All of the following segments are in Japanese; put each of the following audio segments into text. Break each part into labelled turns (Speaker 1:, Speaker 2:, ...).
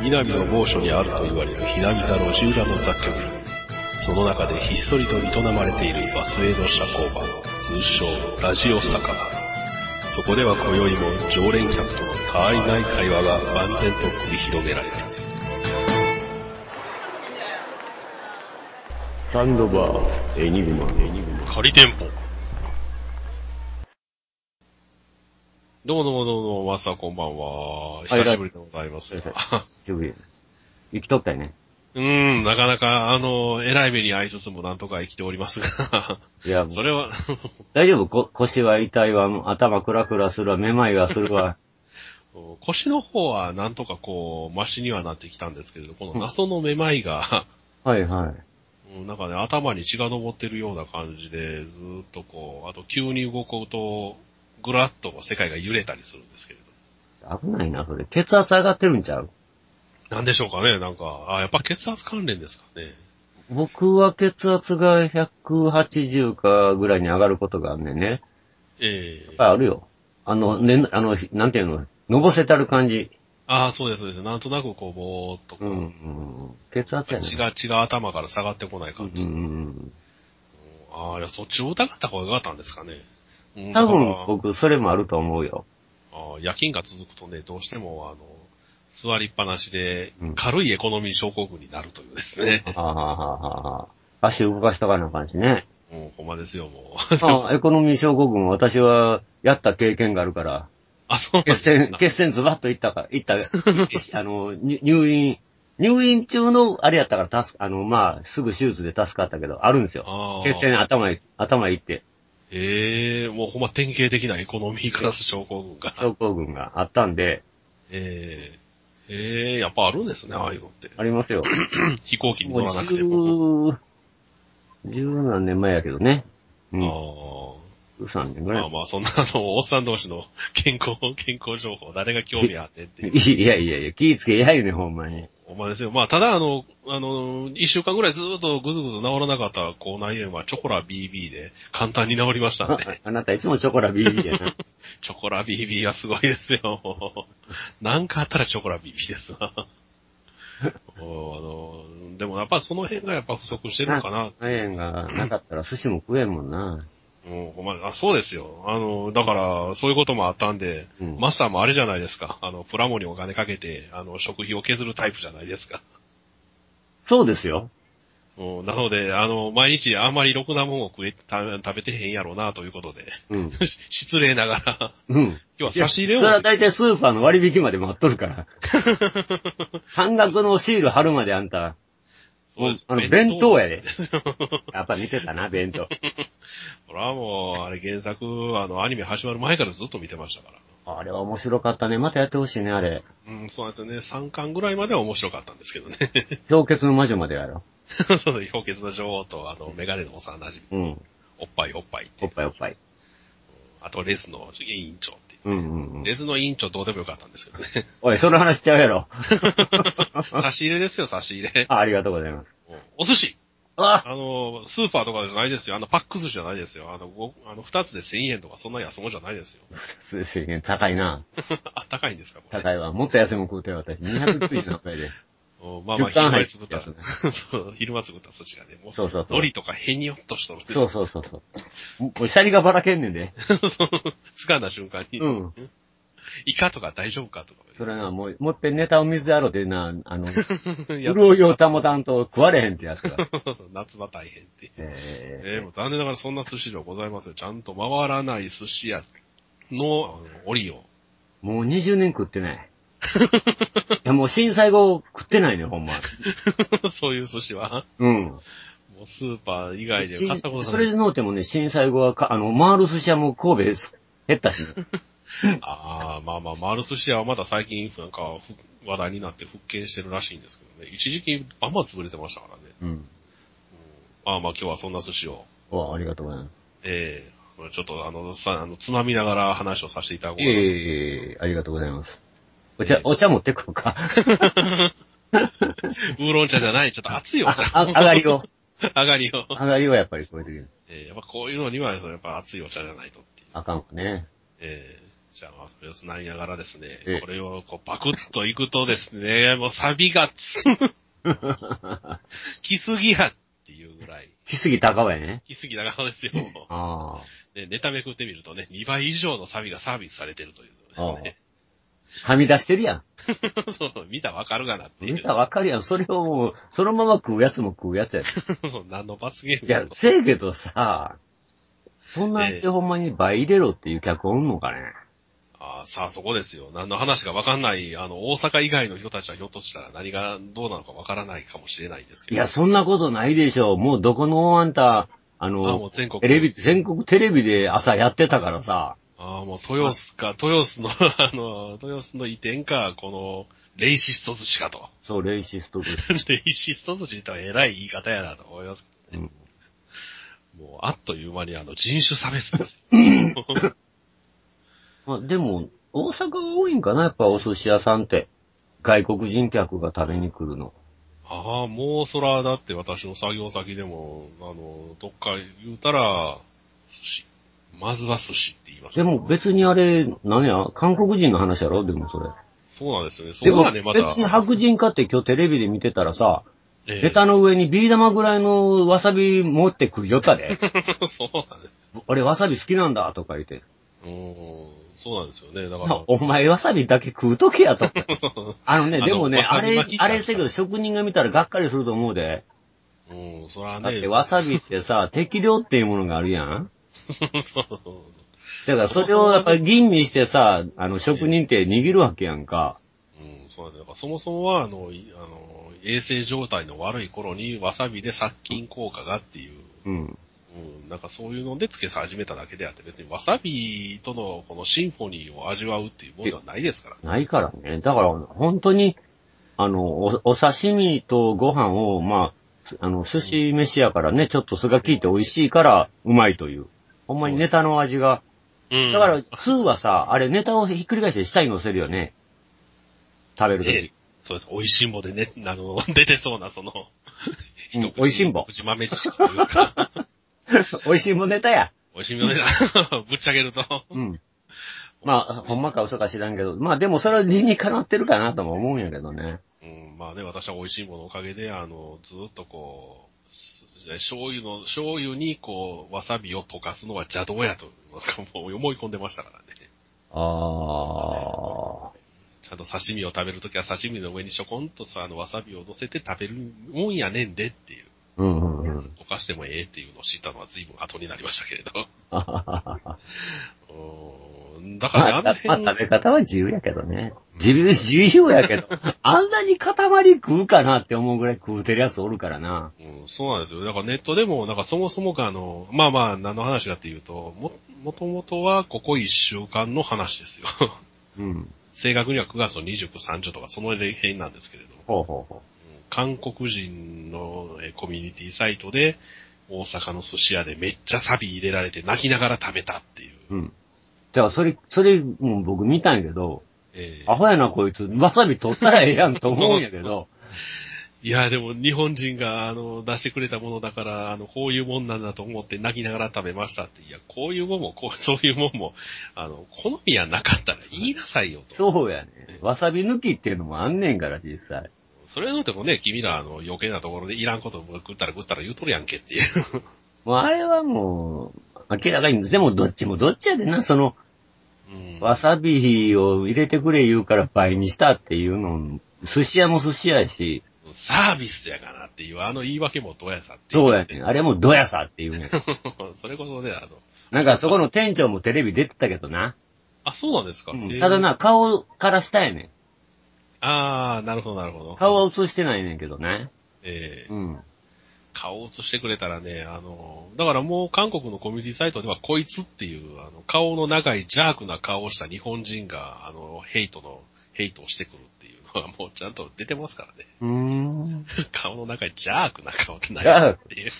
Speaker 1: 南の某所にあると言われる南田路地裏の雑居ビル。その中でひっそりと営まれているバスエード社交場、通称ラジオ酒場。そこでは今宵も常連客との他愛ない会話が万全と繰り広げられている。
Speaker 2: サンドバー、エニグマ、エニグマ。
Speaker 3: 仮店舗。
Speaker 1: どうもどうもどうも、マスターこんばんは。
Speaker 2: い
Speaker 1: 久しぶりでございます。
Speaker 2: はいジョビー。生きとったよね。
Speaker 1: うーん、なかなか、あの、えらい目に挨拶もなんとか生きております が、
Speaker 2: いや、
Speaker 1: それは、
Speaker 2: 大丈夫こ腰は痛いわ、もう頭クラクラするわ、めまいがす るわ。
Speaker 1: 腰の方はなんとかこう、マシにはなってきたんですけれど、この謎のめまいが、
Speaker 2: はいはい。
Speaker 1: うんなんかね、頭に血が昇ってるような感じで、ずーっとこう、あと急に動こうと、ぐらっと世界が揺れたりするんですけれど。
Speaker 2: 危ないな、それ。血圧上がってるんちゃう
Speaker 1: なんでしょうかね、なんか、あ、やっぱ血圧関連ですかね。
Speaker 2: 僕は血圧が180かぐらいに上がることがあんねんね。
Speaker 1: ええ
Speaker 2: ああるよ。あの、ね、あの、なんていうの、のぼせたる感じ。
Speaker 1: ああ、そうです、そうです。なんとなくこう、ぼーっとこ
Speaker 2: う
Speaker 1: う、
Speaker 2: ん、うん。血圧やね。
Speaker 1: 血が、血が頭から下がってこない感
Speaker 2: う
Speaker 1: じ。
Speaker 2: んうん
Speaker 1: ああ、いや、そっちを疑った方が良かったんですかね。う
Speaker 2: うんん。多
Speaker 1: だ
Speaker 2: 分
Speaker 1: から
Speaker 2: 僕、それもあると思うよ。
Speaker 1: ああ夜勤が続くとね、どうしても、あの、座りっぱなしで
Speaker 2: うん、
Speaker 1: 軽いエコノミー症候群になるというですね。
Speaker 2: はあ、はあはあはあ、足動かしたかな感じね。
Speaker 1: もう、ほんまですよ、もう。
Speaker 2: あエコノミー症候群、私は、やった経験があるから、
Speaker 1: あ、そうなんで
Speaker 2: 決
Speaker 1: すね
Speaker 2: 戦、決戦ズバッといったか、いった、 あの、に入院、入院中の、あれやったから、助か、あの、まあ、すぐ手術で助かったけど、あるんですよ。
Speaker 1: ああ。
Speaker 2: 決戦頭い、頭いって、
Speaker 1: ええもうほんま典型的なエコノミークラス症候群が。
Speaker 2: 症候群があったんで、
Speaker 1: ええええやっぱあるんですね、ああいうのって。
Speaker 2: ありますよ。
Speaker 1: 飛行機に
Speaker 2: も
Speaker 1: 乗
Speaker 2: う
Speaker 1: らなくても。
Speaker 2: 十、十何年前やけどね。うん。
Speaker 1: ああ。
Speaker 2: 十三年
Speaker 1: ま
Speaker 2: ぐら
Speaker 1: あ
Speaker 2: い。
Speaker 1: まあ、そんな、あの、おっさん同士の健康、健康情報、誰が興味あってんっていう。
Speaker 2: いやいやいや、気ぃつけやいね、ほんまに。
Speaker 1: お前ですよ。まあ、ただあの、あの、一週間ぐらいずっとぐずぐず治らなかった口内炎はチョコラ BB で簡単に治りましたんで、
Speaker 2: あなたいつもチョコラ BB やな。
Speaker 1: チョコラ BB がすごいですよ。なんかあったらチョコラ BB ですわ。おあのでもやっぱその辺がやっぱ不足してるのかな。
Speaker 2: 亜鉛がなかったら寿司も食えんもんな。
Speaker 1: もうお前あそうですよ。あの、だから、そういうこともあったんで、
Speaker 2: うん
Speaker 1: マスターもあれじゃないですか。あの、プラモにお金かけて、あの、食費を削るタイプじゃないですか。
Speaker 2: そうですよ。
Speaker 1: うんなので、あの、毎日あんまりろくなもんを食え、た食べてへんやろうな、ということで。
Speaker 2: うん。
Speaker 1: し失礼ながら、
Speaker 2: うん。
Speaker 1: 今日は差し入れを
Speaker 2: それは大体スーパーの割引まで待っとる から。半額のシール貼るまであんた、 もうあの、弁当やで。やっぱ見てたな、弁当。
Speaker 1: これはもう、あれ原作、あの、アニメ始まる前からずっと見てましたから。
Speaker 2: あれは面白かったね。またやってほしいね、あれ。
Speaker 1: うん、そうなんですよね。3巻ぐらいまでは面白かったんですけどね。
Speaker 2: 氷結の魔女までやろ。
Speaker 1: その氷結の女王と、あの、メガネの幼馴染、
Speaker 2: うん。
Speaker 1: おっぱいおっぱいって
Speaker 2: お
Speaker 1: い
Speaker 2: っ
Speaker 1: う。
Speaker 2: ぱいおっぱい。
Speaker 1: あと、レスの委員長っていう。
Speaker 2: うんうんうん。
Speaker 1: レスの委員長どうでもよかったんです けどね。
Speaker 2: おい、その話しちゃうやろ。
Speaker 1: 差し入れですよ、差し入 れ。
Speaker 2: あありがとうございます。
Speaker 1: お寿司
Speaker 2: あ
Speaker 1: あの、スーパーとかじゃないですよ。あの、パック寿司じゃないですよ。あの、ごあの、二つで1000円とかそんな安物じゃないですよ。
Speaker 2: すすいません高いな。
Speaker 1: あったかいんですか、これ。
Speaker 2: 高いわ。もっと安いもん食うてよ、私。297円で。
Speaker 1: おまあまあ、
Speaker 2: 10
Speaker 1: 昼
Speaker 2: 貫入
Speaker 1: 間
Speaker 2: っ
Speaker 1: 作ってた、
Speaker 2: やつね
Speaker 1: そう、昼間作った寿司がね、もう、
Speaker 2: そうそうそう。
Speaker 1: 海苔とかへによっとしとるんです
Speaker 2: そうそうそうそう。もうシャリがばらけんねんで。
Speaker 1: 掴んだ瞬間に、
Speaker 2: うん
Speaker 1: イカとか大丈夫かとか。
Speaker 2: それな、もう、もっぺんネタを水であろうてな、あの、
Speaker 1: いや
Speaker 2: 潤いを保たんと食われへんってやつ が。
Speaker 1: 夏場大変って。
Speaker 2: え
Speaker 1: えー、もう残念ながらそんな寿司ではございません。ちゃんと回らない寿司屋の、あの、折を。
Speaker 2: ーもう20年食ってない。いや、もう震災後食ってないね、ほんま。
Speaker 1: そういう寿司は、
Speaker 2: うん。
Speaker 1: もうスーパー以外で買ったこと
Speaker 2: そ
Speaker 1: ない
Speaker 2: れ。でのうてもね、震災後はか、あの、回る寿司屋も神戸です減ったし、
Speaker 1: ああ、まあまあ、丸寿司屋はまだ最近、なんか、ふ話題になって復権してるらしいんですけどね。一時期、バンバン潰れてましたからね。
Speaker 2: うん。
Speaker 1: ああ、まあ今日はそんな寿司を、
Speaker 2: おありがとうございます。
Speaker 1: ええちょっとあの、さ、あの、つまみながら話をさせていただこうかな
Speaker 2: ええありがとうございます。お茶、お茶持ってく るか。
Speaker 1: ウーロン茶じゃない、ちょっと熱いお
Speaker 2: あ
Speaker 1: 茶、
Speaker 2: あ上がりを。
Speaker 1: 上がりを。
Speaker 2: 上がりをやっぱりこれで
Speaker 1: ええやっぱこういうのには、やっぱ熱いお茶じゃないとっていう。
Speaker 2: あかんわね。
Speaker 1: ええじゃあ、それを繋ぎながらですね、
Speaker 2: ええ
Speaker 1: これをこうパクッといくとですね、もうサビが つ、来すぎやっていうぐらい、
Speaker 2: 来すぎ高尾やね。
Speaker 1: 来すぎ長尾ですよ。
Speaker 2: ああ。
Speaker 1: ね、ネタめくってみるとね、2倍以上のサビがサービスされてるという、ね。
Speaker 2: はみ出してるや
Speaker 1: そう、見たらわかるがなって
Speaker 2: ん。
Speaker 1: い
Speaker 2: 見
Speaker 1: う。
Speaker 2: たらわかるやん。それをもう、そのまま食うやつも食うやつや で。
Speaker 1: そう、何の罰ゲーム
Speaker 2: いや
Speaker 1: の、
Speaker 2: せやけどさ、そんなんでほんまに倍入れろっていう客おんのかね。
Speaker 1: あーさあそこですよ。何の話かわかんない、あの、大阪以外の人たちはひょっとしたら何がどうなのかわからないかもしれないんですけ
Speaker 2: い
Speaker 1: ど。
Speaker 2: や、そんなことないでしょ。もうどこのあんた、あ
Speaker 1: あもう
Speaker 2: の、
Speaker 1: 全国。
Speaker 2: テレビ、全国テレビで朝やってたからさ、
Speaker 1: ああ、もう豊洲か、豊洲の、 あの、豊洲の移転か、この、レイシスト寿司かと。
Speaker 2: そう、レイシストです。
Speaker 1: レイシスト寿司とは偉い言い方やなと思います。
Speaker 2: うん
Speaker 1: もう、あっという間にあの、人種差別です よ。
Speaker 2: まあ、でも、大阪が多いんかなやっぱお寿司屋さんって。外国人客が食べに来るの。
Speaker 1: ああ、もうそら、だって私の作業先でも、あの、どっか言うたら、寿司。まずは寿司って言います
Speaker 2: で
Speaker 1: よ
Speaker 2: も別にあれ、何や韓国人の話やろでもそれ。
Speaker 1: そうなんですよね。そ
Speaker 2: で
Speaker 1: こ
Speaker 2: も
Speaker 1: はね、また
Speaker 2: 別に、白人かって今日テレビで見てたらさ、
Speaker 1: ええ
Speaker 2: ネタの上にビー玉ぐらいのわさび持ってくるよっ たで。
Speaker 1: そうなんです。
Speaker 2: 俺わさび好きなんだとか言って。
Speaker 1: うーん、そうなんですよね。だから
Speaker 2: な、お前わさびだけ食うとけ やと。あの
Speaker 1: あ
Speaker 2: ね、
Speaker 1: の
Speaker 2: でもね
Speaker 1: わ、
Speaker 2: あ
Speaker 1: さび
Speaker 2: れ
Speaker 1: 巻き、
Speaker 2: あれせやけど職人が見たらがっかりすると思うで。
Speaker 1: うん、そら
Speaker 2: だっ
Speaker 1: ね
Speaker 2: て、わさびってさ、適量っていうものがあるやん。
Speaker 1: そうそうそう。
Speaker 2: だからそれをやっぱり吟味してさ、あの職人って握るわけやんか。
Speaker 1: うん、そうなんですよだからそもそもは、あの、いあの、衛生状態の悪い頃に、わさびで殺菌効果がっていう、
Speaker 2: うん。
Speaker 1: うん、なんかそういうので付け始めただけであって、別にわさびとのこのシンフォニーを味わうっていうものではないですからね。
Speaker 2: ないからね。だから本当に、あの、おお刺身とご飯を、まあ、あの、寿司飯やからね、ちょっと酢が効いて美味しいから、うまいという。ほんまにネタの味が。
Speaker 1: うん。
Speaker 2: だから、2はさ、あれネタをひっくり返して下に乗せるよね。食べると
Speaker 1: ええ
Speaker 2: き。
Speaker 1: そうです。美味しんぼでね、あの、 出てそうな、その、
Speaker 2: うん
Speaker 1: 一口
Speaker 2: 美味しんぼ
Speaker 1: 一口豆知識というか、
Speaker 2: 美味しいもんネタや。
Speaker 1: 美味しんぼでな、ぶっちゃけると。
Speaker 2: うん。まあ、ほんまか嘘か知らんけど、まあでもそれは理にかなってるかなとも思うんやけどね。
Speaker 1: うん、まあね、私は美味しいもののおかげで、あの、ずっとこう、す醤油の、醤油にこう、わさびを溶かすのは邪道やと、なんかもう思い込んでましたからね。
Speaker 2: ああ。
Speaker 1: ちゃんと刺身を食べるときは刺身の上にちょこんとさ、あの、わさびを乗せて食べるもんやねんでっていう、
Speaker 2: うんうんうん。
Speaker 1: 溶かしてもええっていうのを知ったのは随分後になりましたけれど。うーん、だからね、
Speaker 2: ま
Speaker 1: あ
Speaker 2: あ、た
Speaker 1: の
Speaker 2: まあ
Speaker 1: 辺、
Speaker 2: 食べ方は自由やけどね。自由、自由やけど、 あんなに塊食うかなって思うぐらい食うてるやつおるからな。
Speaker 1: うん、そうなんですよ。だからネットでも、なんかそもそもがあの、まあまあ、何の話かっていうと、も、もともとはここ一週間の話ですよ。
Speaker 2: うん。
Speaker 1: 正確には9月の29、30とかその辺なんですけれども、
Speaker 2: ほうほうほ
Speaker 1: うん韓国人のえーコミュニティサイトで、大阪の寿司屋でめっちゃサビ入れられて泣きながら食べたっていう。
Speaker 2: う。うん。だからそれ、それ、もう僕見たんやけど、
Speaker 1: えー
Speaker 2: アホやなこいつ、わさび取ったらええやんと思うんやけど、
Speaker 1: いや、でも日本人があの出してくれたものだから、あの、こういうもんなんだと思って泣きながら食べましたって、いや、こういうもんも、こう、そういうもんも、あの、好みはなかったら言いなさいよと。
Speaker 2: そうやね。わさび抜きっていうのもあんねんから、実際。
Speaker 1: それのでもね、君らあの、余計なところでいらんことを食ったら食ったら言うとるやんけっていう。
Speaker 2: もうあれはもう、明らかに、でもどっちもどっちやでな、その、
Speaker 1: うん
Speaker 2: わさびを入れてくれ言うから倍にしたっていうの、寿司屋も寿司屋やし、
Speaker 1: サービスやかなっていう、あの言い訳もどうやさっていう。
Speaker 2: そうやねん。あれもどやさっていうね。
Speaker 1: それこそね、あの、
Speaker 2: なんかそこの店長もテレビ出てたけどな。
Speaker 1: あ、そうなんですか。
Speaker 2: うん
Speaker 1: へー
Speaker 2: ただ。な、顔から下やね
Speaker 1: あー、なるほど、なるほど。
Speaker 2: ん。顔は映してないねんけどね。
Speaker 1: えー
Speaker 2: うん。
Speaker 1: 顔を映してくれたらね、あの、だからもう韓国のコミュニティサイトでは、こいつっていう、あの、顔の長いジャークな顔をした日本人が、あの、ヘイトの、ヘイトをしてくるっていうのはもうちゃんと出てますからね。
Speaker 2: うーん。
Speaker 1: 顔の長いジャークな顔ってない
Speaker 2: ジャーク
Speaker 1: っていう。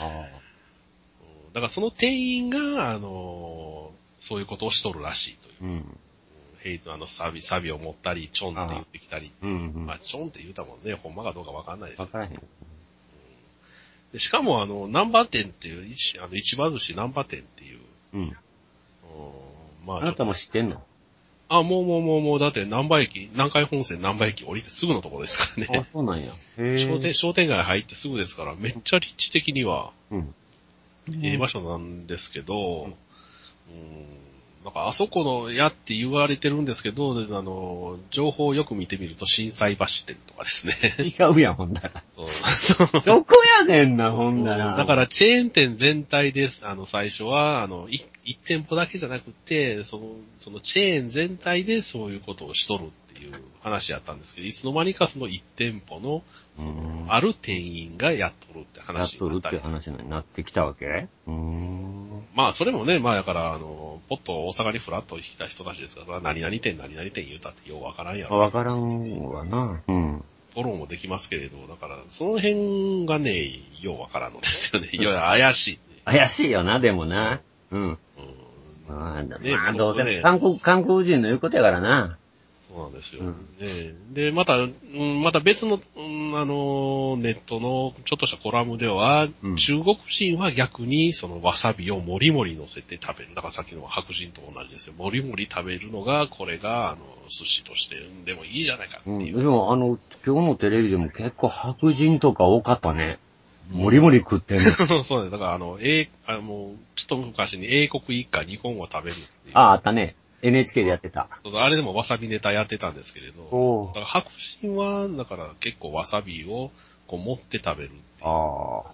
Speaker 2: あ
Speaker 1: うんだからその店員が、あの、そういうことをしとるらしいという。
Speaker 2: うん。
Speaker 1: ヘイト、あの、サビ、サビを持ったり、チョンって言ってきたり。
Speaker 2: うんうん。
Speaker 1: まあ、
Speaker 2: わ
Speaker 1: チョンって言うたもんね、ほんまかどうかわかんないですけど
Speaker 2: からへん。
Speaker 1: でしかも、あの、ナンバー店っていう、一あの、市場寿司ナンバー店っていう、
Speaker 2: うん。
Speaker 1: うんまあ、
Speaker 2: あなたも知ってんの
Speaker 1: あ、もうもうもうもう、だって南波駅、南海本線南波駅降りてすぐのところですからね。
Speaker 2: あ、そうなんや。へ
Speaker 1: 商店、商店街入ってすぐですから、めっちゃ立地的には、
Speaker 2: うん。
Speaker 1: ええ場所なんですけど、うん、なんかあそこのやって言われてるんですけど、あの、情報をよく見てみると、震災橋店とかですね。
Speaker 2: 違うやん、ほんだら。
Speaker 1: そう
Speaker 2: どこやねんな、ほんだら。
Speaker 1: だから、チェーン店全体です。あの、最初は、あの、い一店舗だけじゃなくて、その、そのチェーン全体でそういうことをしとるっていう話やったんですけど、いつの間にかその一店舗の、
Speaker 2: うん、
Speaker 1: ある店員がやっとるって
Speaker 2: やっ
Speaker 1: 話
Speaker 2: と
Speaker 1: にな
Speaker 2: る
Speaker 1: っ
Speaker 2: っ
Speaker 1: り。
Speaker 2: たて話になってきたわけうん。
Speaker 1: まあ、それもね、まあ、だから、あの、ポッと大阪にフラッと来た人たちですから、何々店、何々店言うたってようわからんやろ。
Speaker 2: わからんわな。うん。
Speaker 1: フォローもできますけれど、だから、その辺がね、ようわからんのですよ ね。いや、怪しいね。
Speaker 2: 怪しいよな、でもな。うん。
Speaker 1: うん
Speaker 2: まあ、
Speaker 1: ね
Speaker 2: まあ、
Speaker 1: 僕
Speaker 2: どうせ、
Speaker 1: ね
Speaker 2: 韓国、韓国人の言うことやからな。
Speaker 1: そうなんですよ。
Speaker 2: うん
Speaker 1: ねで、また、うんまた別の、うんあの、ネットのちょっとしたコラムでは、
Speaker 2: うん
Speaker 1: 中国人は逆にそのわさびをもりもり乗せて食べる。だからさっきの白人と同じですよ。もりもり食べるのが、これが、あの、寿司として、うんでもいいじゃないかって
Speaker 2: うん。
Speaker 1: い
Speaker 2: で
Speaker 1: う。
Speaker 2: も、あの、今日のテレビでも結構白人とか多かったね。もりもり食 ってん の。
Speaker 1: そうです。だから、あの、えあの、ちょっと昔に英国一家日本を食べるっていう。
Speaker 2: あ、あったね。NHK でやってた。
Speaker 1: そうあれでもわさびネタやってたんですけれど、
Speaker 2: お
Speaker 1: だから白人は、だから結構わさびをこう持って食べる
Speaker 2: ああ。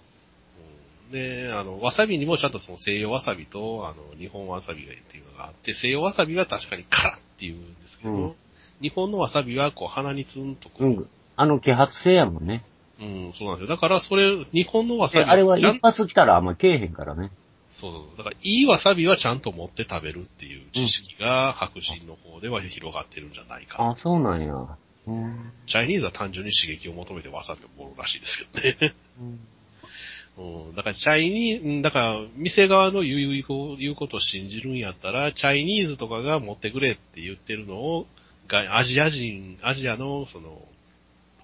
Speaker 1: で、あの、わさびにもちゃんとその西洋わさびと、あの、日本わさびがっていうのがあって、西洋わさびは確かにカラッっていうんですけど、
Speaker 2: うん
Speaker 1: 日本のわさびはこう鼻にツンとこ
Speaker 2: う
Speaker 1: う、
Speaker 2: ん。あの、揮発性やもんね。
Speaker 1: うん、そうなんですよ。だからそれ、日本のわさ
Speaker 2: で
Speaker 1: び
Speaker 2: あれは
Speaker 1: ちゃん
Speaker 2: 一発来たらあんまけえへんからね。
Speaker 1: そう、だからいいわさびはちゃんと持って食べるっていう知識が白人の方では広がってるんじゃないか。
Speaker 2: あ、そうなんや。うん。
Speaker 1: チャイニーズは単純に刺激を求めてわさびを盛るらしいですけどね。うん、だから、チャイニーうん、だから、店側の言う言う言うことを信じるんやったら、チャイニーズとかが持ってくれって言ってるのを、がアジア人、アジアの、その、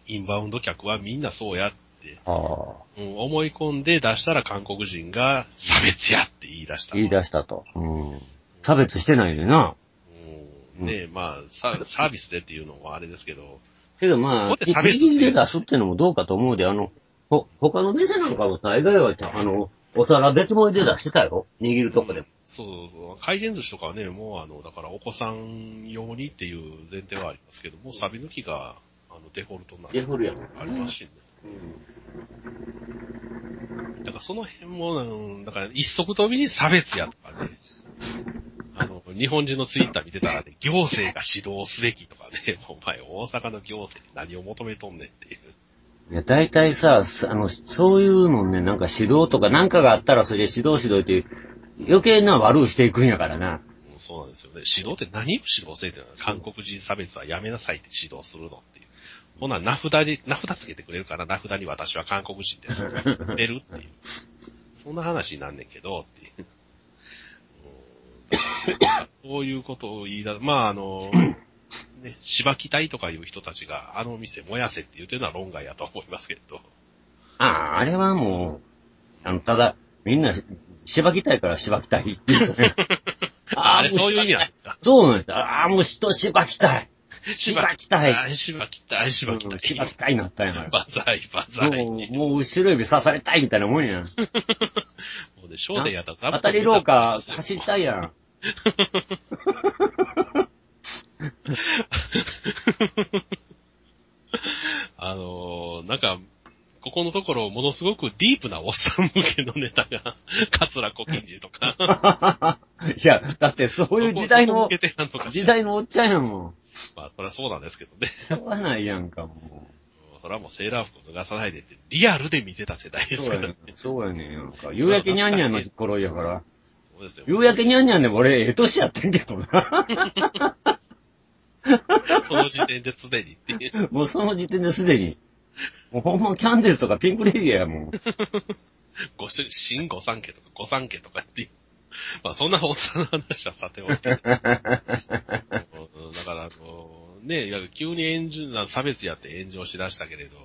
Speaker 1: インバウンド客はみんなそうやって、
Speaker 2: ああ。
Speaker 1: うん、思い込んで出したら韓国人が差別やって言い出した。
Speaker 2: 言い出したと。うん。差別してないでな。
Speaker 1: うん、ねえ、まあ、ササービスでっていうのもあれですけど、
Speaker 2: けどま
Speaker 1: こ
Speaker 2: あ、
Speaker 1: こで差別って
Speaker 2: 基準で出すってのもどうかと思うで、あの、ほ、他の店なんかも大概はちゃ、あの、お皿別盛りで出してたよ。握るとこでも。
Speaker 1: そうそうそう、回転寿司とかはね、もうあの、だからお子さん用にっていう前提はありますけど、もうサビ抜きが、あの、デフォルトになって
Speaker 2: デフォルやもんね
Speaker 1: ありますしね。だからその辺も、うん、だから一足飛びに差別やとかね。あの、日本人のツイッター見てたらね、行政が指導すべきとかね、 お前大阪の行政に何を求めとんねんっていう。
Speaker 2: いや、大体さ、あの、そういうのね、なんか指導とかなんかがあったらそれで指導指導っていう、余計な悪をしていくんやからな。
Speaker 1: うんそうなんですよね。指導って何を指導せえってのは韓国人差別はやめなさいって指導するのっていう。ほな、名札に、名札つけてくれるから、名札に私は韓国人ですって言ってるっていう。そんな話になんねんけど、っていう。うんだからそういうことを言いだ、まああの、ね、しばき隊とかいう人たちが、あの店燃やせって言ってるのは論外やと思いますけど。
Speaker 2: ああ、あれはもう、あの、ただ、みんな、しばきたいからしばきたいっていう ね
Speaker 1: あれ
Speaker 2: も
Speaker 1: そういう意味なんですか
Speaker 2: そうなんですよ。ああ、もう人しばきたい。
Speaker 1: し
Speaker 2: ばき隊
Speaker 1: しばき隊、しばき隊。
Speaker 2: しばきたいになったんやから。
Speaker 1: バザイ、バザイ。
Speaker 2: もう、もう後ろ指刺されたいみたいなもんやん。
Speaker 1: もうね、商店やったら
Speaker 2: 当たり廊下走りたいやん。
Speaker 1: あのー、なんか、ここのところ、ものすごくディープなおっさん向けのネタが、 桂小金治とか、
Speaker 2: いや、だってそういう時代
Speaker 1: どこ
Speaker 2: の
Speaker 1: 向け、てなのかし
Speaker 2: 時
Speaker 1: ら
Speaker 2: 代のおっちゃんやもん。
Speaker 1: まあ、そりゃそうなんですけどね。
Speaker 2: しょうがないやんか、も
Speaker 1: それはもうセーラー服を脱がさないでって、リアルで見てた世代
Speaker 2: う。
Speaker 1: です
Speaker 2: そう
Speaker 1: か
Speaker 2: や
Speaker 1: ら
Speaker 2: ね
Speaker 1: ね
Speaker 2: ん。。そうやねんやんか。夕焼けにゃんにゃんの頃やから。
Speaker 1: そうですよ。
Speaker 2: 夕焼けにゃんにゃんでも俺、ええ年やってんけどな。
Speaker 1: その時点ですでにっていう。
Speaker 2: もうその時点ですでに。もうほんまキャンディーズとかピンクレディーやもん。
Speaker 1: ごし新御三家とか御三家とかっていう。 まあそんなおっさんの話はさておいて。うんだから、あの、ね、いや急に炎上な、差別やって炎上しだしたけれど、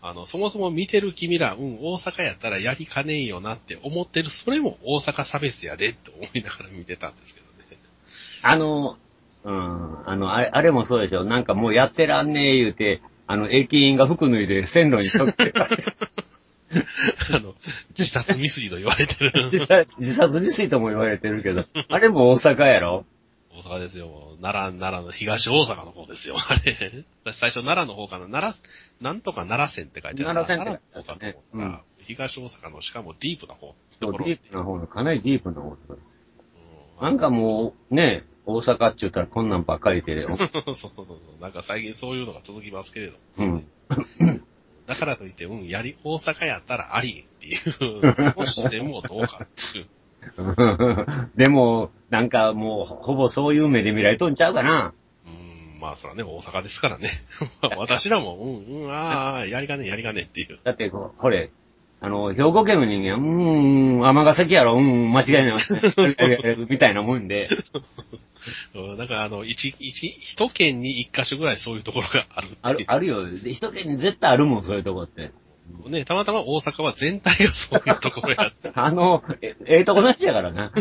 Speaker 1: あの、そもそも見てる君ら、うん、大阪やったらやりかねえよなって思ってる、それも大阪差別やでって思いながら見てたんですけどね。
Speaker 2: あの、うん、あの、あれ、あれもそうでしょ。なんかもうやってらんねえ言うて、あの、駅員が服脱いで線路に沿って、
Speaker 1: あの、自殺未遂と言われてる。
Speaker 2: 自殺、自殺未遂とも言われてる けど、あれも大阪やろ
Speaker 1: 大阪ですよ。もう奈良、奈良の東大阪の方ですよ。あれ。私最初奈良の方かな。奈良、なんとか奈良線って書いてある。
Speaker 2: 奈良線って書いてあ
Speaker 1: 奈
Speaker 2: るね
Speaker 1: 良の方かと思ったら、東大阪のしかもディープな方。
Speaker 2: デ
Speaker 1: ところ
Speaker 2: ィープな方の、かなりディープな方の
Speaker 1: う
Speaker 2: なんかもう、ね、大阪って言ったらこんなんばっかり で、
Speaker 1: そうそうそう。なんか最近そういうのが続きますけれど。
Speaker 2: うん。
Speaker 1: だからといって、うん、やり、大阪やったらありって いう、その視線もどうかっていう。
Speaker 2: でも、なんかもう、ほぼそういう目で見られとんちゃうかな。
Speaker 1: うん、まあそらね、大阪ですからね。 私らも、うん、うん、ああ、やりがね、やりがねっていう。
Speaker 2: だってこ、これ、あの、兵庫県の人間、うーん、尼崎やろ、うん、間違いない。 みたいなもんで、
Speaker 1: うんだからあの、一、一、一県に一箇所ぐらいそういうところがあるっていう。
Speaker 2: ある、あるよ。で一県に絶対あるもん、そういうとこって。
Speaker 1: ね、たまたま大阪は全体がそういうところや って。
Speaker 2: あの、え、ええとこなしやからな。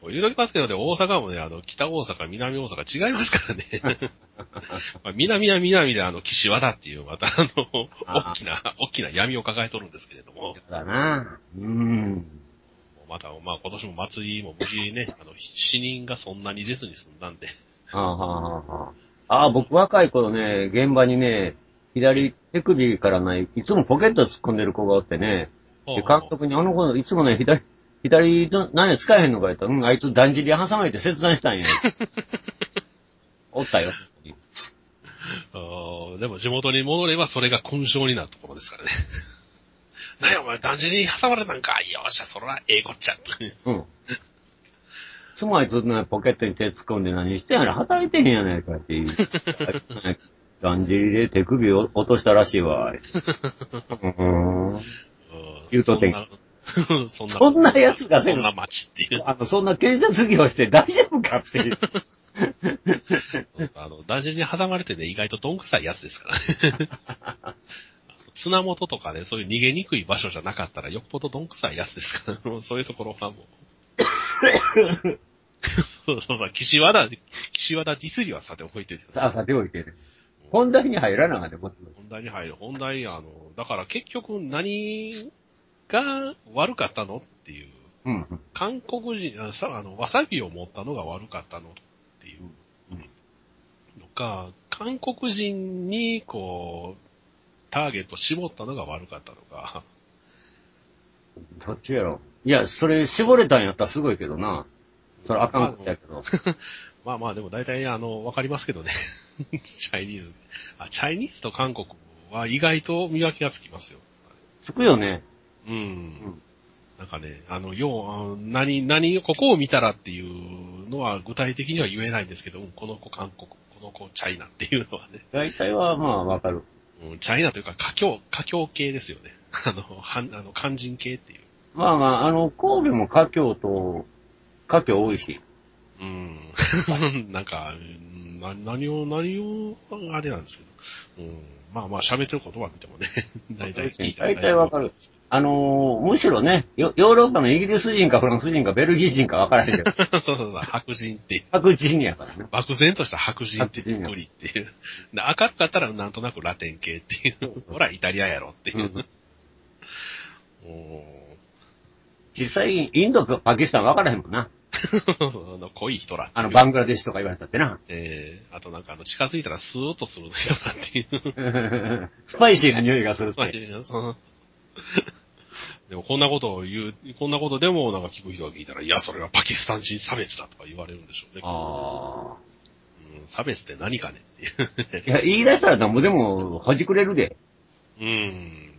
Speaker 1: もう言うときますけどね、大阪もね、あの、北大阪、南大阪違いますからね。 まあ、南は南であの、岸和田っていう、またあの、
Speaker 2: あー
Speaker 1: 大きな、大きな闇を抱えとるんですけれども、
Speaker 2: だな。うん。
Speaker 1: また、まあ今年も祭りも無事ね、あの、死人がそんなに出ずに済んだんで、
Speaker 2: はあ、はあはあはあ、ああ、僕若い頃ね、現場にね、左手首からない、いつもポケット突っ込んでる子がおってね、
Speaker 1: ほう
Speaker 2: で
Speaker 1: ほう
Speaker 2: 監督にあの子、いつもね、左、左の、何や使えへんのか言ったら、うん、あいつだんじり挟まれて切 断したんや。おったよ。
Speaker 1: あーでも地元に戻ればそれが勲章になるところですからね。 なんやお前、断じに挟まれたんか。よっしゃ、そら、ええこっちゃ。
Speaker 2: うん。いつもあいつのポケットに手突っ込んで何してんやろ働いてへんやないか っていう。だんじりで手首を落としたらしい わ。うん
Speaker 1: うん
Speaker 2: 言うとってん
Speaker 1: そんな そんな
Speaker 2: そんなやつが
Speaker 1: そんな街っていう。
Speaker 2: あの、そんな建設業して大丈夫かっていう。
Speaker 1: あの、断じに挟まれてね、意外とどんくさいやつですからね。 綱元とかね、そういう逃げにくい場所じゃなかったら、よっぽどどんくさいやつですから、 もうそういうところは もう。そうそうそう、岸和田、 岸和田ディスりはさておいてですね
Speaker 2: さあ、さておいてね。本題に入らなかったこと。
Speaker 1: 本題に入る。本題、あの、だから結局何が悪かったのっていう。
Speaker 2: うん。
Speaker 1: 韓国人、あさあの、わさびを持ったのが悪かったのっていう
Speaker 2: うん
Speaker 1: のか、韓国人に、こう、ターゲット絞ったのが悪かったのか。
Speaker 2: どっちやろ。いや、それ絞れたんやったらすごいけどな。それあかんことや けど。
Speaker 1: まあまあ、でも大体、あの、わかりますけどね。 チャイニーズ。あ、チャイニーズと韓国は意外と見分けがつきますよ。
Speaker 2: つくよね。
Speaker 1: うん。
Speaker 2: ん
Speaker 1: なんかね、あの、要は、あの何、何、ここを見たらっていうのは具体的には言えないんですけど、うんこの子韓国、この子チャイナっていうのはね、
Speaker 2: 大体はまあわかる。
Speaker 1: うんチャイナというか、華僑、華僑系ですよね。あの、はんあの肝心系っていう。
Speaker 2: まあまあ、あの、神戸も華僑と、華僑多いし。
Speaker 1: うん。 なんか、うんな何を、何を、あれなんですけど。うん。まあまあ、喋ってることは見てもね、 大体聞いたら
Speaker 2: 大体わかる。あのーむしろね、ヨヨーロッパのイギリス人かフランス人かベルギー人かわからへん けど、
Speaker 1: そうそうそう、白人っていう
Speaker 2: 各人やからね。
Speaker 1: 漠然とした白人っていう無理っていう。で明るかったらなんとなくラテン系っていう。ほら、イタリアやろっていう。
Speaker 2: 実際、インドかパキスタンわからへんもんな。
Speaker 1: おーあの 濃い人らって
Speaker 2: あ
Speaker 1: い
Speaker 2: の、
Speaker 1: う。
Speaker 2: バングラデシュとか言われたってな。
Speaker 1: えー、あとなんかあの、近づいたらスーッとする人らっていう。
Speaker 2: スパイシーな匂いがするっ
Speaker 1: まあ
Speaker 2: て。
Speaker 1: いやその でもこんなことを言う、こんなことでもなんか聞く人が聞いたら、いや、それはパキスタン人差別だとか言われるんでしょうね。
Speaker 2: あ
Speaker 1: うん、差別って何かねっていう。
Speaker 2: あ。いや、言い出したらなんぼでも、ほじくれるで。
Speaker 1: うん。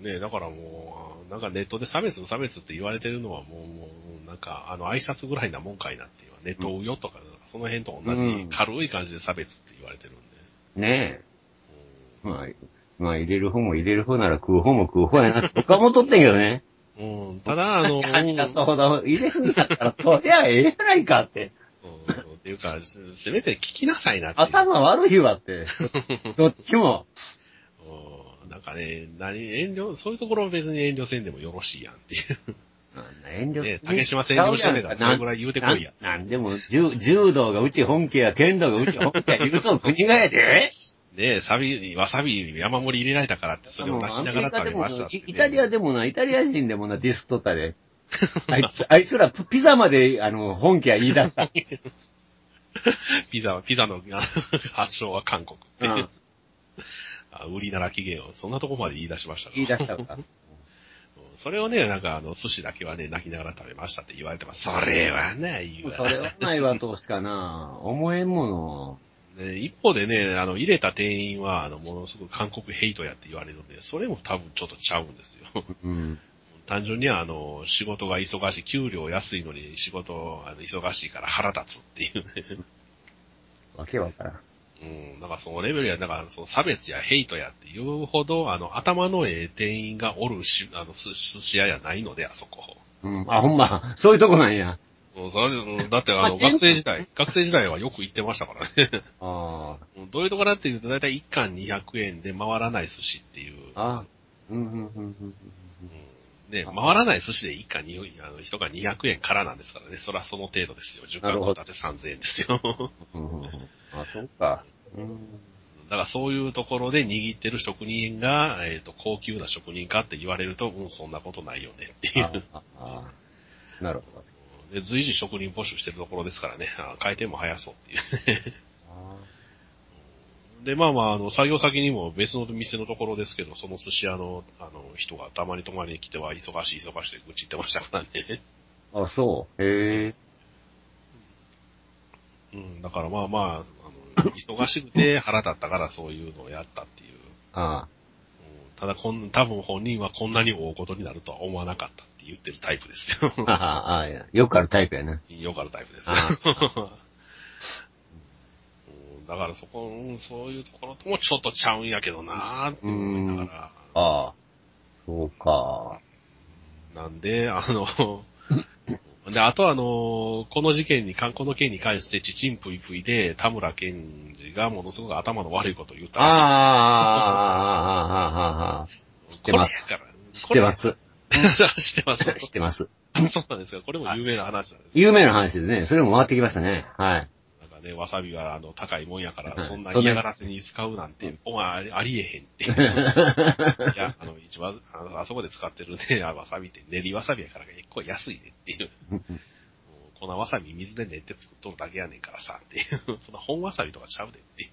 Speaker 1: ねだからもう、なんかネットで差別差別って言われてるのはもう、もうなんか、あの、挨拶ぐらいなもんかいなっていう。ネットをよとか、その辺と同
Speaker 2: うん
Speaker 1: じ軽い感じで差別って言われてるんで。
Speaker 2: ねえ。まあ、まあ、入れる方も入れる方なら食う方も食う方やな。他も取ってんけどね。
Speaker 1: うん。うんただ、あの、
Speaker 2: 何がそうだ、入れるんだったら、そりゃええやないかって。
Speaker 1: うんっていうか、せせめて聞きなさいなっていう。
Speaker 2: 頭悪いわって。どっちも。
Speaker 1: うんなんかね、何、遠慮、そういうところは別に遠慮せんでもよろしいやんっていう。
Speaker 2: あんな遠慮
Speaker 1: ね竹島専業してんねんから、それぐらい言うてこいや。
Speaker 2: ななんでも、柔柔道がうち本家や、剣道がうち本家や、言うとん国がやで。
Speaker 1: ねえ、サビに、わさびに山盛り入れられたからって、それを泣きながら食べました
Speaker 2: あ
Speaker 1: っ
Speaker 2: の
Speaker 1: て、
Speaker 2: イ
Speaker 1: ね。
Speaker 2: イタリアでもな、イタリア人でもな、ディスっとっ たで。あいつ、あいつらピザまで、あの、本家は言い出した。
Speaker 1: ピザは、ピザのあ発祥は韓国って
Speaker 2: う。、
Speaker 1: いうん あ売りなら期限を、そんなとこまで言い出しましたか
Speaker 2: 言い出したから。
Speaker 1: それをね、なんかあの、寿司だけはね、泣きながら食べましたって言われてます。それはないわ。
Speaker 2: それはないわ、どうしかな。思えんもの。
Speaker 1: ね一方でね、あの、入れた店員は、あの、ものすごく韓国ヘイトやって言われるので、それも多分ちょっとちゃうんですよ。
Speaker 2: うん。
Speaker 1: 単純にあの、仕事が忙しい、給料安いのに仕事、あの、忙しいから腹立つっていうね。
Speaker 2: わけわからん。
Speaker 1: うん、なんかそのレベルや、なんかその差別やヘイトやっていうほど、あの、頭のええ店員がおるし、あの、寿司寿司屋やないので、あそこ。
Speaker 2: うん。あ、ほんま、そういうとこなんや。
Speaker 1: うんそれうんだって あ
Speaker 2: あ
Speaker 1: の、
Speaker 2: 全
Speaker 1: 学生
Speaker 2: 然
Speaker 1: 時代、学生時代はよく行ってましたからね。
Speaker 2: あ
Speaker 1: うんどういうところかっていうと、だいたい1貫200円で回らない寿司っていう。
Speaker 2: あ。あうん、うん、うん、うん。
Speaker 1: うんね、回らない寿司で1貫200あの、1貫200円からなんですからね。それはその程度ですよ。10
Speaker 2: なる
Speaker 1: 貫
Speaker 2: ほど
Speaker 1: だって3000円ですよ。 だ
Speaker 2: うんうんうんあ、そうか。うん。
Speaker 1: からそういうところで握ってる職人が、えっ、と、高級な職人かって言われると、うん、そんなことないよねっていう。
Speaker 2: あああなるほど。
Speaker 1: で随時職人募集してるところですからね。あ回転も早そうっていう。
Speaker 2: あ
Speaker 1: で、まあまあ、あの、作業先にも別の店のところですけど、その寿司屋の、あの、人がたまに泊まりに来ては、忙しい忙しいって愚痴ってましたからね。
Speaker 2: あ、そう。へえ。
Speaker 1: うん、だからまあまあ、あの、忙しくて腹立ったからそういうのをやったっていう。うん
Speaker 2: あ
Speaker 1: ただこん、多分本人はこんなに大事になるとは思わなかったって言ってるタイプですよ。
Speaker 2: あ。ああ、いやよくあるタイプやな。
Speaker 1: よくあるタイプです。
Speaker 2: あ
Speaker 1: うんだからそこ、うんそういうところともちょっとちゃうんやけどなーって思いながら。
Speaker 2: ああ。そうか。
Speaker 1: なんで、あの、 で、あとあの、この事件に、この件に関して、ちちんぷいぷいで、田村健二がものすごく頭の悪いことを言っ
Speaker 2: あ
Speaker 1: た
Speaker 2: あ、あ
Speaker 1: らしいです。
Speaker 2: あ、ああ、ああ、ああ、ああ。
Speaker 1: 知
Speaker 2: ってます。知ってま。す。
Speaker 1: 知ってます。
Speaker 2: 知ってます。
Speaker 1: そうなんですよ。これも有名な話なんです。
Speaker 2: 有名な話でね、それも回ってきましたね。はい。
Speaker 1: なんかね、わさびはあの、高いもんやから、
Speaker 2: はい
Speaker 1: そんな嫌がらせに使うなんて、お前ありありえへん っていう。いや、あの、一番、あのあそこで使ってるね、 あわさびって練りわさびやから結構安いねっていう。もう粉わさび水で練って作っとるだけやねんからさ、っていう。 そんな本わさびとかちゃうでっていう。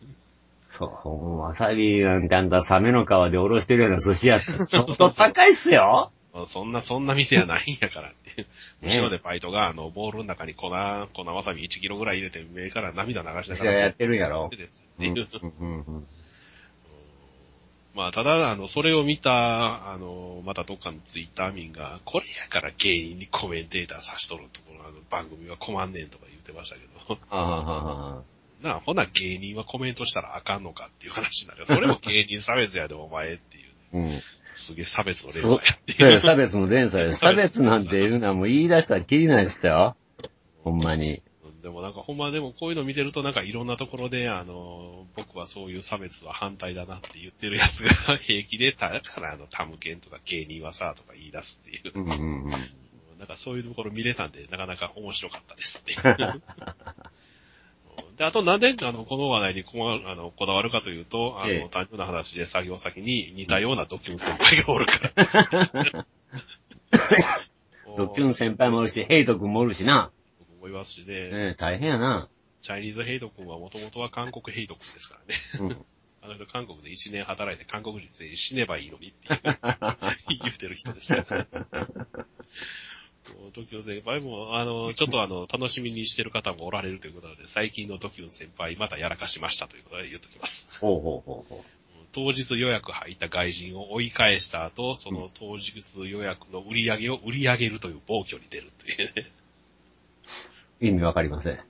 Speaker 2: そう、ほんまわさびなんてあんたサメの皮でおろしてるような寿司屋って、相当高いっすよ。
Speaker 1: まあそんな、そんな店やないんやからっていう。
Speaker 2: ね
Speaker 1: 後ろでバイトが、あの、ボールの中に粉、粉わさび1キロぐらい入れて、目から涙流しなが
Speaker 2: 寿司屋
Speaker 1: ら。
Speaker 2: やってるんやろ。
Speaker 1: ですっ
Speaker 2: う
Speaker 1: て
Speaker 2: ん
Speaker 1: いうう。
Speaker 2: んうんうん
Speaker 1: まあ、ただ、あの、それを見た、あの、またどっかのツイッター民が、これやから原因にコメンテーター差しとるところ、あの、番組は困んねんとか言ってましたけど、
Speaker 2: ああああああ
Speaker 1: なあ、ほな芸人はコメントしたらあかんのかっていう話になるよ。それも芸人差別やで、お前っていう、ね。
Speaker 2: うん。
Speaker 1: すげえ差別の連鎖やって
Speaker 2: そう
Speaker 1: い
Speaker 2: よ
Speaker 1: う。
Speaker 2: 差別の連鎖です。差別なんていうのはもう言い出したらきりないですよ。ほんまに。
Speaker 1: でもなんか、ほんまでもこういうの見てるとなんかいろんなところで、あの、僕はそういう差別は反対だなって言ってるやつが平気で、だからあの、タムケンとか芸人はさ、とか言い出すっていう
Speaker 2: う。んうんうん。
Speaker 1: なんかそういうところ見れたんで、なかなか面白かった ですっていう。で、あとなんで、あの、この話題にこあのこだわるかというと、あの、
Speaker 2: ええ
Speaker 1: 単純な話で作業先に似たようなドキュン先輩がおるから。
Speaker 2: ドッキ ュン先輩もおるし、ヘイト君もおるしな。
Speaker 1: 僕思いますしね、
Speaker 2: ねえ、大変やな。
Speaker 1: チャイニーズヘイト君はもともとは韓国ヘイト君ですからね。
Speaker 2: うん。
Speaker 1: あの人韓国で1年働いて韓国人全員死ねばいいのにっていう言ってる人ですから。もうドキュン先輩も、あの、ちょっとあの、楽しみにしてる方もおられるということなので、最近のドキュン先輩またやらかしましたということで言っときます。
Speaker 2: ほうほうほうほ
Speaker 1: 当日予約入った外人を追い返した後、その当日予約の売り上げを売り上げるという暴挙に出るというね。
Speaker 2: う。意味わかりません。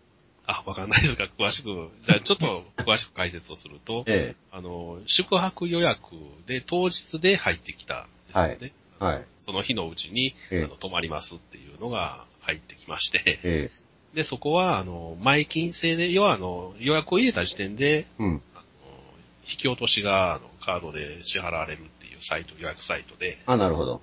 Speaker 1: あ、わかんないですか詳しく、じゃあちょっと詳しく解説をすると、
Speaker 2: え
Speaker 1: あの、宿泊予約で当日で入ってきたんですよね。
Speaker 2: え。はい。
Speaker 1: その日のうちに、あ
Speaker 2: ええ
Speaker 1: の泊まりますっていうのが入ってきまして、
Speaker 2: ええ。
Speaker 1: で、そこは、あの、前金制で、要は、あの、予約を入れた時点で、
Speaker 2: うん。
Speaker 1: あの引き落としが、あの、カードで支払われるっていうサイト、予約サイトで、
Speaker 2: あ、なるほど。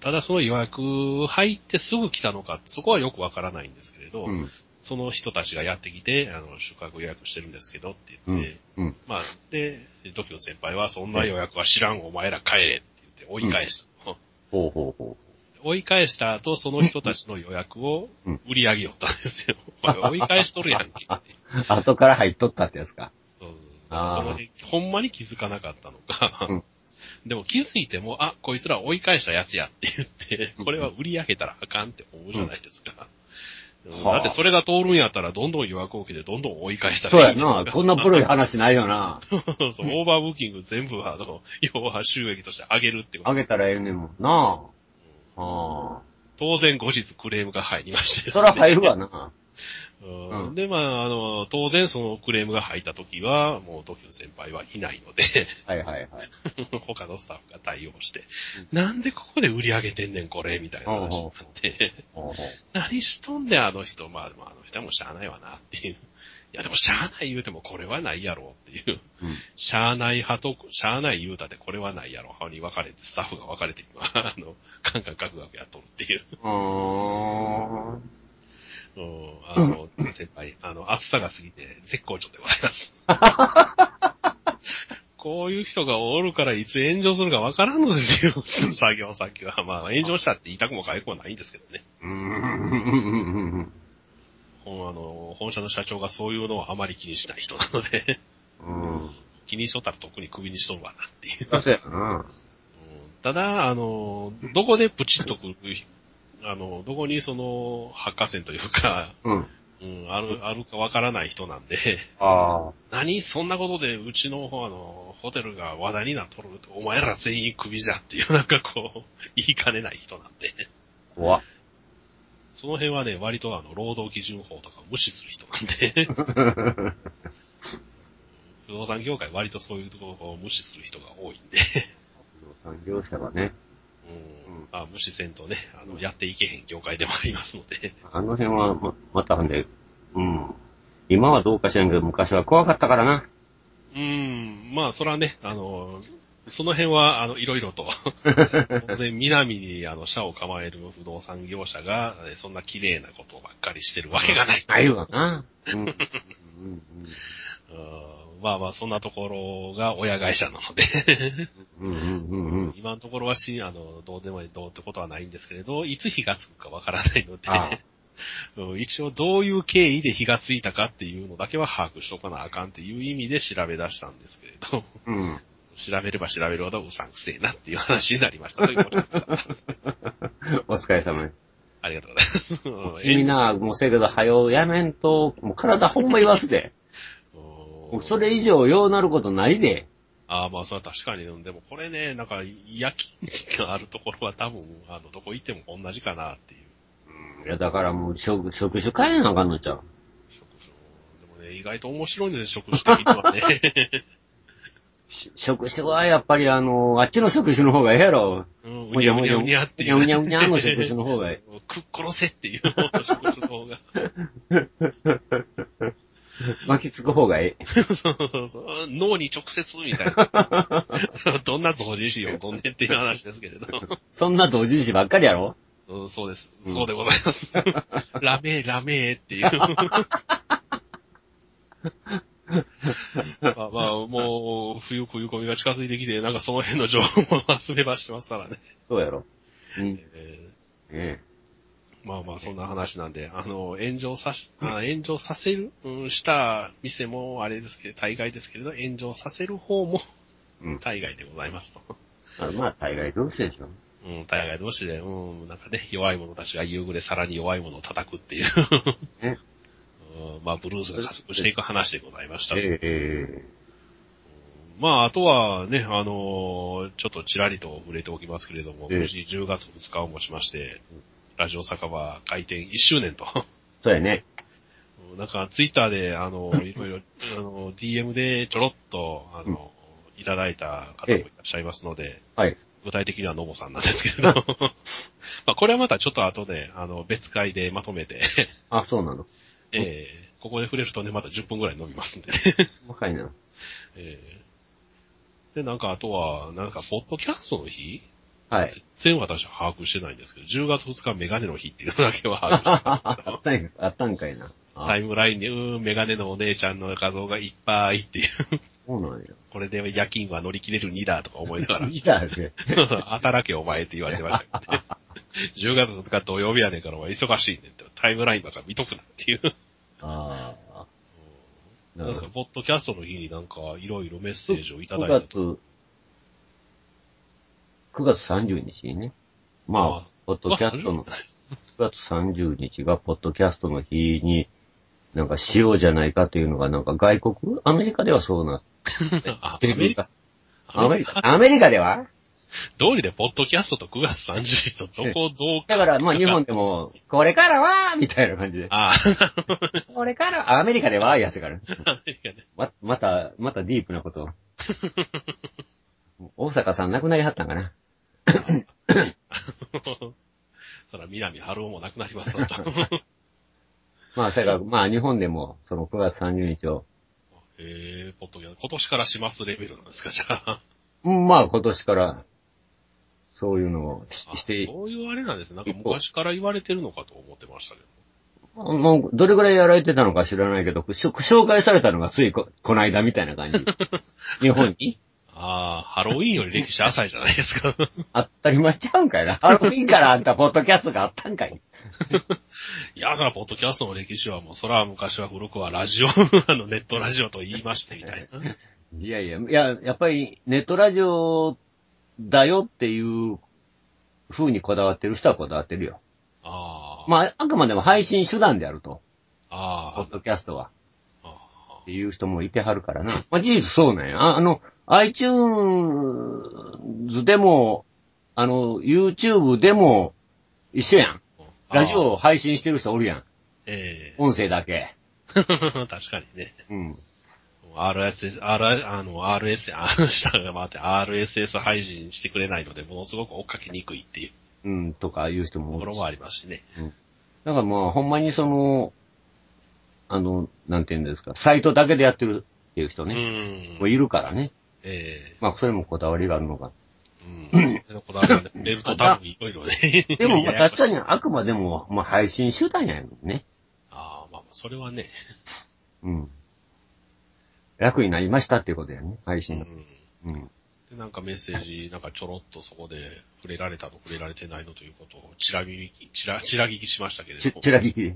Speaker 1: ただその予約入ってすぐ来たのか、そこはよくわからないんですけれど、
Speaker 2: うん。
Speaker 1: その人たちがやってきて、あの、宿泊予約してるんですけどって言
Speaker 2: う
Speaker 1: っ
Speaker 2: ん
Speaker 1: て、。
Speaker 2: うん。
Speaker 1: まあ、で、ドキの先輩は、そんな予約は知らん、お前ら帰れって言って追い返した。
Speaker 2: ほうほうほ
Speaker 1: 追い返した後、その人たちの予約を
Speaker 2: うん
Speaker 1: 売り上げよったんですよ。お前追い返しとるやん け。
Speaker 2: う。後から入っとったってやつか。
Speaker 1: うんそ
Speaker 2: あー
Speaker 1: の辺、ほんまに気づかなかったのか、
Speaker 2: うん
Speaker 1: でも気づいても、あ、こいつら追い返したやつやって言って、これは売り上げたらあかんって思うじゃないですか。
Speaker 2: ん
Speaker 1: うん
Speaker 2: はあ
Speaker 1: だってそれが通るんやったら、どんどん予約を受けて、どんどん追い返した
Speaker 2: そう
Speaker 1: らい
Speaker 2: や
Speaker 1: いじゃ
Speaker 2: な。
Speaker 1: い
Speaker 2: こんなプロい話ないよな。
Speaker 1: そうそうオーバーブーキング全部は、あの、 要は収益として上げるってこと
Speaker 2: あげたらええねんもんな。ああ。
Speaker 1: 当然後日クレームが入りましてです
Speaker 2: そ
Speaker 1: ね
Speaker 2: ら入るわな。
Speaker 1: うん
Speaker 2: うん
Speaker 1: で、まあ、あの、当然そのクレームが入った時は、もうドキュン先輩はいないので、
Speaker 2: はいはいはい。
Speaker 1: 他のスタッフが対応して、なんでここで売り上げてんねんこれ、みたいな話になって、
Speaker 2: ほうほう
Speaker 1: 何しとんねんあの人、まあ、まああの人はもうしゃあないわなっていう。いやでもしゃあない言うてもこれはないやろっていう。
Speaker 2: うん。
Speaker 1: しゃあない派と、しゃあない言うたってこれはないやろ派に分かれて、スタッフが分かれて今、 あの、カンカンガクガクやっとるっていう。
Speaker 2: うーん。
Speaker 1: うんあの、先輩、あの、暑さが過ぎて絶好調でございます。 こういう人がおるからいつ炎上するかわからんのですよ、 作業先は。まあ、炎上したって言いたくもかゆくもないんですけどね。
Speaker 2: うーん。
Speaker 1: ほんあの、本社の社長がそういうのをあまり気にしない人なので、
Speaker 2: うん。
Speaker 1: 気にしとったら特にクビにしとるわなっていう。
Speaker 2: そうやな。
Speaker 1: うんただ、あの、どこでプチッとくる、あの、どこにその、発火線というか、
Speaker 2: うん。
Speaker 1: うん、ある、あるかわからない人なんで、
Speaker 2: ああ。
Speaker 1: 何そんなことでうちの方あの、ホテルが話題になっとるお前ら全員クビじゃっていうなんかこう、言いかねない人なんで。
Speaker 2: 怖っ。
Speaker 1: その辺はね、割とあの、労働基準法とかを無視する人なんで。不動産業界割とそういうところを無視する人が多いんで。
Speaker 2: 産業者はね、
Speaker 1: う
Speaker 2: うん
Speaker 1: ん。まあ、無視せんとね、あの、やっていけへん業界でもありますので。
Speaker 2: あの辺はま、またほんで、うん。今はどうか知らんけど、昔は怖かったからな。
Speaker 1: うん。まあ、それはね、あの、その辺は、あの、いろいろと、 当然、南に、あの、社を構える不動産業者が、えそんな綺麗なことばっかりしてるわけがない。
Speaker 2: ないわな。うん。うん
Speaker 1: うんまあまあ、そんなところが親会社なので、
Speaker 2: うんうんうんうん。
Speaker 1: 今のところはし、あの、どうでもいい、どうってことはないんですけれど、いつ火がつくかわからないので、
Speaker 2: ああ
Speaker 1: うん一応どういう経緯で火がついたかっていうのだけは把握しとかなあかんっていう意味で調べ出したんですけれど、
Speaker 2: うん。
Speaker 1: 調べれば調べるほどうさんくせえなっていう話になりましたということでございます。
Speaker 2: お疲れ様です。
Speaker 1: ありがとうございます。
Speaker 2: 君な、もうせやけど、早うやめんと、もう体ほんま言わすで。
Speaker 1: う
Speaker 2: も
Speaker 1: ん
Speaker 2: うそれ以上ようなることないで。
Speaker 1: ああ、まあ、それは確かに、うんでもこれね、なんか、夜勤があるところは多分、あの、どこ行っても同じかなっていう。
Speaker 2: いや、だからもう職、職種変えなあかんのちゃう。
Speaker 1: 職種でもね、意外と面白いんですよ、職種的にはね。
Speaker 2: し職種はやっぱりあの、あっちの職種の方がええやろ。
Speaker 1: うん、うにゃうにゃうにゃっていう。
Speaker 2: うにゃうにゃうにゃの職種の方がえ
Speaker 1: くっ殺せっていう職種の方が。
Speaker 2: え。巻きつく方がええ。
Speaker 1: そうそうそう。脳に直接みたいな。どんな同時視を飛んでっていう話ですけれど。
Speaker 2: そんな同人誌ばっかりやろ。
Speaker 1: うんそうです。
Speaker 2: うん
Speaker 1: そうでござい ます。ラメー、ラメーって いう。まあまあ、もう、冬、冬込みが近づいてきて、なんかその辺の情報も集めばしますからね。
Speaker 2: そうやろ。うん。ね
Speaker 1: え
Speaker 2: え。
Speaker 1: ーまあまあ、そんな話なんで、あの、炎上さし、あ炎上させる、うん、した店もあれですけど、大概ですけれど、炎上させる方も
Speaker 2: うん。
Speaker 1: 大概でございますと。
Speaker 2: あまあ、大概どうしてでしょう。
Speaker 1: うん、大概同士で、うん、なんかね、弱い者たちが夕暮れさらに弱い者を叩くっていう。
Speaker 2: ね
Speaker 1: うんまあ、ブルースが加速していく話でございました。
Speaker 2: ええ。
Speaker 1: まあ、あとはね、あのーちょっとちらりと触れておきますけれども、
Speaker 2: ええ
Speaker 1: 無事10月2日をもちまして、ラジオ酒場開店1周年と。
Speaker 2: そうやね。
Speaker 1: なんか、ツイッターで、あの、 いろいろ、あの、DM でちょろっと、あの、いただいた方もいらっしゃいますので、
Speaker 2: はい。
Speaker 1: 具体的にはノボさんなんですけれど、まあ、これはまたちょっと後で、あの、別会でまとめて、
Speaker 2: あ、そうなの。
Speaker 1: えー ここで触れるとね、また10分ぐらい伸びますんでね。
Speaker 2: 若いな。
Speaker 1: えーで、なんか、あとは、なんか、ポッドキャストの日
Speaker 2: はい。
Speaker 1: 全部私は把握してないんですけど、10月2日メガネの日っていうのだけは把握してます
Speaker 2: あったんあったんかいな。
Speaker 1: タ
Speaker 2: あ
Speaker 1: イムラインに、うーん、メガネのお姉ちゃんの画像がいっぱいっていう、
Speaker 2: そうなんや。
Speaker 1: これで夜勤は乗り切れる2だとか思いながら、
Speaker 2: いたで。
Speaker 1: 働けお前って言われてました けどね、10月2日土曜日やねんからお前忙しいねんって、タイムラインばっか見とくなっていう。
Speaker 2: ああ。
Speaker 1: なんですか、ポッドキャストの日になんかいろいろメッセージをいただ
Speaker 2: 9
Speaker 1: いて、
Speaker 2: 月、9月30日にね。まあ
Speaker 1: あ、
Speaker 2: ポッドキャストの、9月30日がポッドキャストの日に、なんかしようじゃないかというのが、なんか外国アメリカではそうな
Speaker 1: あ
Speaker 2: ってるか。
Speaker 1: ア
Speaker 2: ア
Speaker 1: メ
Speaker 2: メ
Speaker 1: リ
Speaker 2: リ
Speaker 1: カ
Speaker 2: カ、アメリカでは
Speaker 1: どうりでポッドキャストと9月30日とどこをどう
Speaker 2: だから、まあ日本でも、これからはみたいな感じで。
Speaker 1: あ
Speaker 2: これからはアメリカではやつから。
Speaker 1: あ、アメリカね。
Speaker 2: ま、また、またディープな ことを。大阪さん亡くなりはったんかな。
Speaker 1: そら、南春夫もなくなりますわと。
Speaker 2: まあ、それから、まあ、日本でも、その9月30日を、
Speaker 1: えー、ポッドキャスト、今年からしますレベルなんですか、じゃあ。
Speaker 2: うんまあ、今年から、そういうのをし
Speaker 1: あ
Speaker 2: して、
Speaker 1: そういうあれなんですね。なんか昔から言われてるのかと思ってましたけど。
Speaker 2: もう、どれぐらいやられてたのか知らないけど、しょ紹介されたのがついこ、この間みたいな感 じ。日本に
Speaker 1: ああ、ハロウィーンより歴史浅いじゃないですか。
Speaker 2: 当たり前ちゃうんかいな。ハロウィンからあんた、ポッドキャストがあったんかい。
Speaker 1: いや、だから、ポッドキャストの歴史はもう、そら、昔は古くはラジオ、あの、ネットラジオと言いまして、みたい な。
Speaker 2: いやいや、いや、やっぱり、ネットラジオだよっていう風にこだわってる人はこだわってるよ。
Speaker 1: ああ、
Speaker 2: まあ、あくまでも配信手段であると。ポ
Speaker 1: あ
Speaker 2: ッドキャストは。
Speaker 1: あ、
Speaker 2: っていう人もいてはるからな。まあ、事実そうなんや。ああの、iTunes でも、あの、YouTube でも一緒やん。ラジオを配信してる人おるやん。
Speaker 1: え え
Speaker 2: 音声だけ。
Speaker 1: 確かにね。
Speaker 2: うん。
Speaker 1: RSS、R、あの、RS、あ、下が回って RSS 配信してくれないので、ものすごく追っかけにくいっていう
Speaker 2: うん、とかいう
Speaker 1: と
Speaker 2: 人もお
Speaker 1: こ
Speaker 2: る
Speaker 1: ろ
Speaker 2: し。
Speaker 1: もあ
Speaker 2: だ
Speaker 1: りますしね。
Speaker 2: からまあ、ほんまにその、あの、なんて言うんですか、サイトだけでやってるっていう人
Speaker 1: う
Speaker 2: ね、
Speaker 1: ん
Speaker 2: もう。いるからね。
Speaker 1: え
Speaker 2: まあ、それもこだわりがあるのか。
Speaker 1: えうん。そのこだわりはねベルト多分いろいろね。
Speaker 2: でも、まあ、確か
Speaker 1: に。
Speaker 2: にあくまでも、まあ、配信手段やもんね。
Speaker 1: ああ、まあまあ、それはね。
Speaker 2: うん。楽になりましたっていうことやね、配
Speaker 1: う
Speaker 2: 信が。
Speaker 1: ん。
Speaker 2: うん。
Speaker 1: で、なんかメッセージ、なんかちょろっとそこで触れられたの、触れられてないのということを、ちらみ、ちら、ちら聞きしましたけれ
Speaker 2: ち
Speaker 1: ども。
Speaker 2: ちらぎ り。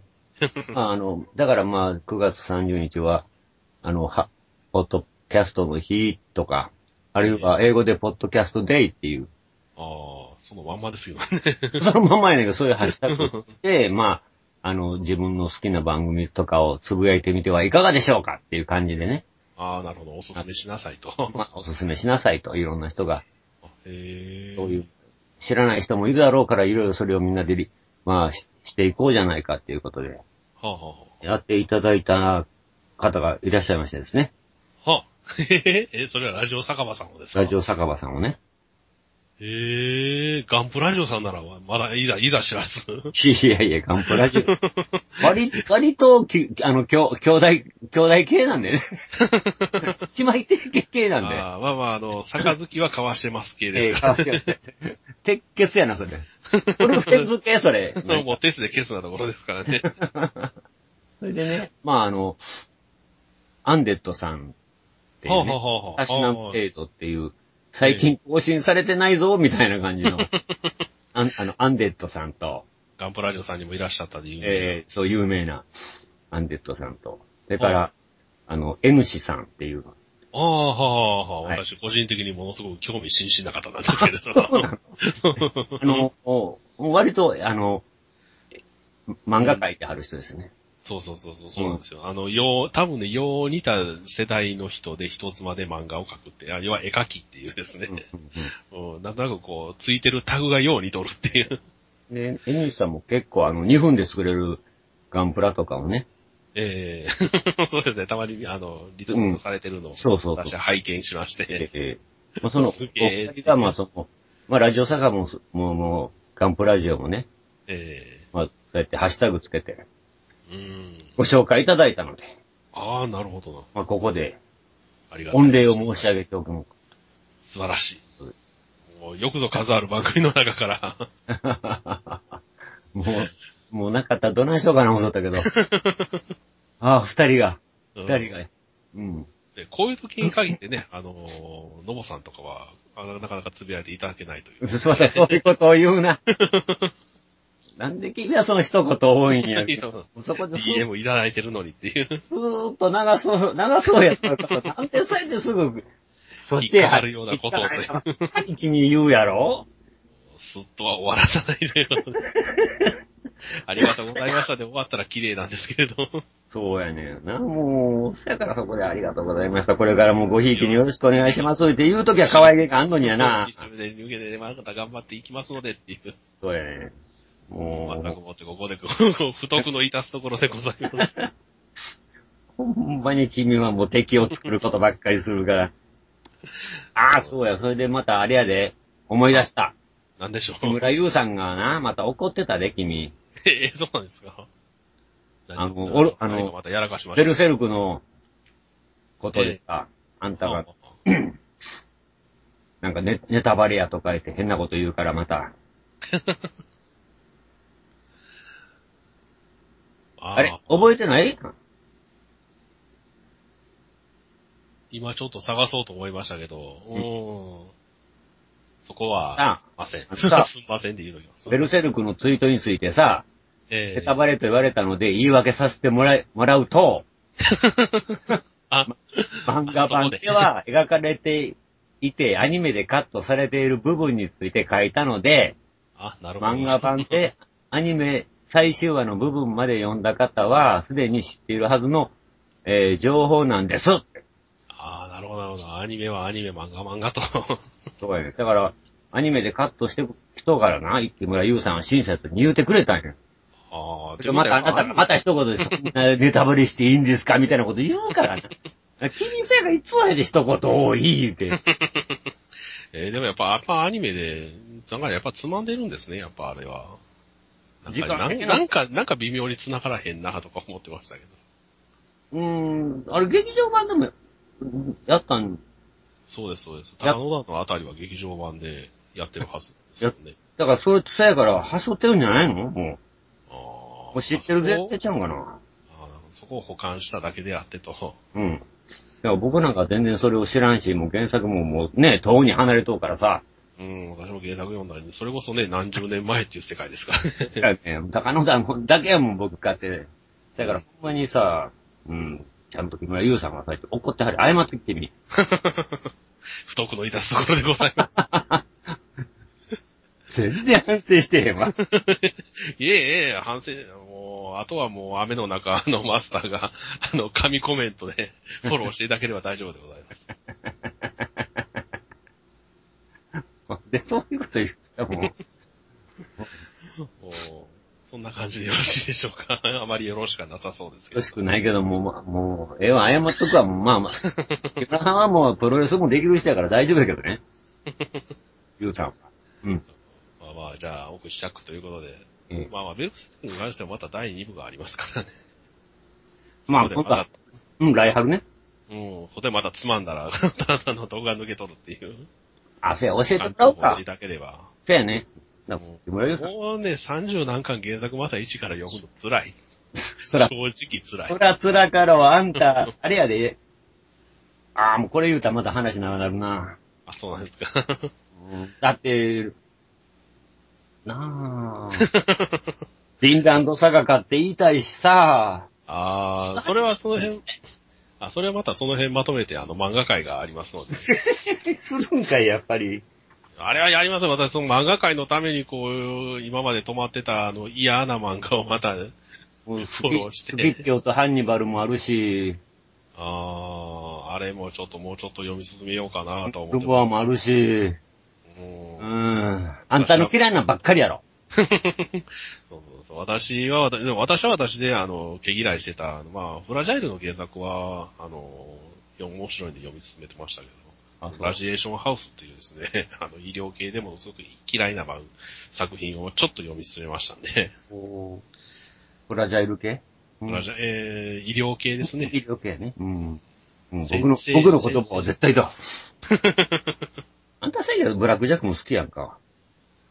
Speaker 2: まああの、だからまあ、9月30日は、あの、は、ポッドキャストの日とか、あるいは英語でポッドキャストデイっていう、
Speaker 1: ああ、そのまんまですよね。
Speaker 2: そのままやねんけど、そういうハッシュタグで、まあ、あの、自分の好きな番組とかをつぶやいてみてはいかがでしょうかっていう感じでね、
Speaker 1: ああ、なるほど。おすすめしなさいと。
Speaker 2: まあ、おすすめしなさいと、いろんな人が
Speaker 1: へえ。
Speaker 2: そういう、知らない人もいるだろうから、いろいろそれをみんなでり、まあ、ししていこうじゃないかっていうことで、
Speaker 1: はあ、は
Speaker 2: やっていただいた方がいらっしゃいましてですね。
Speaker 1: あ、はあ。 へへえ、それはラジオ酒場さんもですか
Speaker 2: ラジオ酒場さんをね。
Speaker 1: へえ、ガンプラジオさんなら、まだ、いざ、いざ知らず。
Speaker 2: いやいや、ガンプラジオ。割、割とき、あの、きょ兄弟、兄弟系なんでね。姉妹系系なんで。
Speaker 1: ああまあまあ、あの、杯は交わしてます系
Speaker 2: え
Speaker 1: で
Speaker 2: え
Speaker 1: す
Speaker 2: か
Speaker 1: か
Speaker 2: わいい鉄血やな、それ。オルフェズ系、それ。
Speaker 1: ら。もうテスで消すなところですからね。
Speaker 2: それでね、まああの、アンデッドさんっていう、ね。
Speaker 1: はあはあはあ
Speaker 2: タシナムエイトっていう、最近更新されてないぞ、みたいな感じの、あんあの、アンデッドさんと、
Speaker 1: ガンプラジオさんにもいらっしゃったで有名な
Speaker 2: えー、そう、有名な、アンデッドさんと、それから、
Speaker 1: は
Speaker 2: あの、N 氏さんっていうの。
Speaker 1: ああ、はあ、はあ、
Speaker 2: はい
Speaker 1: 私個人的にものすごく興味津々な方なんですけれど。
Speaker 2: そうな のあの、お割と、あの、漫画描いてはる人ですね。
Speaker 1: そうそうそうそう、そうなんですよ。あの、よう、多分ね、よう似た世代の人で一つまで漫画を描くって、あ要は絵描きっていうですね
Speaker 2: うん。う
Speaker 1: うん、なんとなくこう、ついてるタグがよう似とるっていう。
Speaker 2: んうん、で、N 氏さんも結構、あの、2分で作れるガンプラとかをね、
Speaker 1: ええそうですね、たまに、あの、リツイートされてるのを、
Speaker 2: そうそうそう
Speaker 1: 私は拝見しまして。
Speaker 2: えーまあ、その、お
Speaker 1: すげえ
Speaker 2: 二人が、まあ、その、まあ、ラジオ坂も、もう、もう、ガンプラジオもね、
Speaker 1: え
Speaker 2: まあ、そうやってハッシュタグつけて、
Speaker 1: えうん。
Speaker 2: ご紹介いただいたので、
Speaker 1: ああ、なるほどな。
Speaker 2: まあ、ここで、
Speaker 1: ありがとう。
Speaker 2: 御礼を申し上げておくも。
Speaker 1: 素晴らしい。
Speaker 2: うん
Speaker 1: もうもうよくぞ数ある番組の中から。
Speaker 2: も う、もうなかったらどないしようかな思っと ったけど。ああ、二人が、
Speaker 1: うん
Speaker 2: 二人が。うん。
Speaker 1: で、こういう時に限ってね、あ のー、のぼさんとかは、あのなかなかつぶやいていただけないという。
Speaker 2: すいません、そういうことを言う な。なんで君はその一言多いん や。そこでスー
Speaker 1: DM いただいてるのにっていう。
Speaker 2: スーッと流そう、 流そうやったから、なんでそうやってすぐ、そっちへ
Speaker 1: 引っかかるようなことをね
Speaker 2: 引っかかるような君言うやろ
Speaker 1: すっとは終わらさないと いうことで。ありがとうございましたで終わったら綺麗なんですけれど。
Speaker 2: そうやねんな。もう、そやからそこでありがとうございました。これからもごひいきによろしくお願いしますって言うときは可愛げがあんのにやな
Speaker 1: 一。緒に向けて、また頑張っていきますのでっていう。
Speaker 2: そうやねん。も
Speaker 1: 全く
Speaker 2: う、
Speaker 1: もってここで、こう不徳のいたすところでございます。
Speaker 2: ほんまに君はもう敵を作ることばっかりするから。ああ、そうや。それでまたあれやで、思い出した。
Speaker 1: なんでしょ
Speaker 2: 木
Speaker 1: う。
Speaker 2: 村優さんがな、また怒ってたで、君。
Speaker 1: ええ、そうなんですか。
Speaker 2: あの
Speaker 1: 何
Speaker 2: おろあの
Speaker 1: 何かまたやらかしまし
Speaker 2: ベ
Speaker 1: た
Speaker 2: ル。セルクのことでさ、あんたが、なんかネネタバレやとか言って変なこと言うからまた。
Speaker 1: あ
Speaker 2: あれ覚えてない
Speaker 1: 今ちょっと探そうと思いましたけど、う。
Speaker 2: うん
Speaker 1: そこ
Speaker 2: あ
Speaker 1: は、
Speaker 2: あ
Speaker 1: すいません。 すい
Speaker 2: さあ
Speaker 1: ませんで言うときます。
Speaker 2: ベルセルクのツイートについてさ、
Speaker 1: ええ
Speaker 2: ネタバレと言われたので言い訳させてもらいもらうと、
Speaker 1: あ、
Speaker 2: 漫画版では描かれていて、アニメでカットされている部分について書いたので、
Speaker 1: あ、なるほど。
Speaker 2: 漫画版でアニメ最終話の部分まで読んだ方は、すでに知っているはずの、えー情報なんです。
Speaker 1: ああ、なるほど、なるほど。アニメはアニメ、漫画漫 画と。
Speaker 2: そうやね。だから、アニメでカットしてきとうからな、木村優さんは親切に言うてくれたんや。
Speaker 1: ああ、
Speaker 2: でまた、あなたがまた一言で、そんなネタバレしていいんですかみたいなこと言うから な。君さがいつまで一言多い言うて。
Speaker 1: えーでもやっぱ、やっぱアニメで、なんかやっぱつまんでるんですね、やっぱあれは。なん
Speaker 2: 時
Speaker 1: か、
Speaker 2: 間
Speaker 1: な
Speaker 2: か
Speaker 1: ん
Speaker 2: けな
Speaker 1: なんか、なんか微妙に繋がらへんなとか思ってましたけど。
Speaker 2: うーん、あれ劇場版でも、うんやったん、
Speaker 1: そうです、そうです。
Speaker 2: や
Speaker 1: 高野田のあたりは劇場版でやってるはずですよね。
Speaker 2: だからそれ、そやから、はしょってるんじゃないのも
Speaker 1: あ
Speaker 2: う。
Speaker 1: ー
Speaker 2: もう知ってるで
Speaker 1: そこを
Speaker 2: 出ちゃうんかな。
Speaker 1: あーそこを保管しただけであってと。
Speaker 2: うん。だから僕なんか全然それを知らんし、もう原作ももうね、遠に離れとうからさ。
Speaker 1: うん、私も芸作読んだらね、それこそね、何十年前っていう世界ですから ね。
Speaker 2: だからね、高野さんだけはもう僕買って。だからほんまにさ、うん、ちゃんと木村優さんがさ、怒ってはり、謝ってきてみ。
Speaker 1: 不徳のいたすところでございます。
Speaker 2: 全然反省してへんわ。
Speaker 1: いえいえ、反省、もう、あとはもう雨の中、あのマスターが、あの、神コメントでフォローしていただければ大丈夫でございます。
Speaker 2: で、そういうこと言ったらもう。
Speaker 1: もうそんな感じでよろしいでしょうか あまりよろしくはなさそうですけ
Speaker 2: よろ
Speaker 1: ど。
Speaker 2: しくないけど、もう、まもう、ええわ、謝っとくわ、もう、まあまあ。木村さんはもう、プロレスもできる人やから大丈夫やけどね。ゆうさんは。うん。
Speaker 1: まあまあ、じゃあ、奥試着ということで。
Speaker 2: ええ
Speaker 1: まあまあ、ベルクスに関してはまた第2部がありますからね。
Speaker 2: まあ、
Speaker 1: そこ
Speaker 2: 今
Speaker 1: で
Speaker 2: 度は、うん、来春ね。
Speaker 1: うん、そこでまたつまんだら、 ただの動画抜け取るっていう。
Speaker 2: あ、そうや、教えてもらおう
Speaker 1: 感
Speaker 2: か
Speaker 1: 覚をい。ただければ。
Speaker 2: そうやね。だから
Speaker 1: も
Speaker 2: 木村ゆうさん。
Speaker 1: うね、30何巻原作また1から読むの辛い。正
Speaker 2: そら、
Speaker 1: 直辛
Speaker 2: そ
Speaker 1: い。
Speaker 2: ら、つらかろう、あんた、 あれやで。ああ、もうこれ言うたらまた話長なるな。
Speaker 1: あ、そうなんですか。
Speaker 2: だって、 なあ。フィンランドサガかって言いたいしさ。
Speaker 1: ああ、それはその辺、あ、それはまたその辺まとめてあの漫画会があり ますので。
Speaker 2: するんかい、やっぱり。
Speaker 1: あれはやりますよ。私その漫画界のためにこう、今まで止まってたあの嫌な漫画をまた、
Speaker 2: もう
Speaker 1: フォローして
Speaker 2: スピッピョとハンニバルもあるし、
Speaker 1: ああ、あれもちょっともうちょっと読み進めようかなと思
Speaker 2: ル
Speaker 1: って
Speaker 2: ボア
Speaker 1: ます。
Speaker 2: もあるし、
Speaker 1: うん
Speaker 2: うん。あんたの嫌いなんばっかりやろ。
Speaker 1: そうそうそう私は、でも私は私で、あの、毛嫌いしてた、あのまあ、フラジャイルの原作は、あの、よ面白いんで読み進めてましたけ
Speaker 2: あ
Speaker 1: ど、ラジエーションハウスっていうですね、 あの、医療系でもすごく嫌いな番作品をちょっと読み進めましたんで、
Speaker 2: おーフラジャイル系
Speaker 1: フラジャえー、医療系ですね。
Speaker 2: 医療系ね。うん。うん僕
Speaker 1: 先
Speaker 2: の、
Speaker 1: 生
Speaker 2: 僕の言葉は絶対だ。あんんたせいやブラックジャックも好きやんか。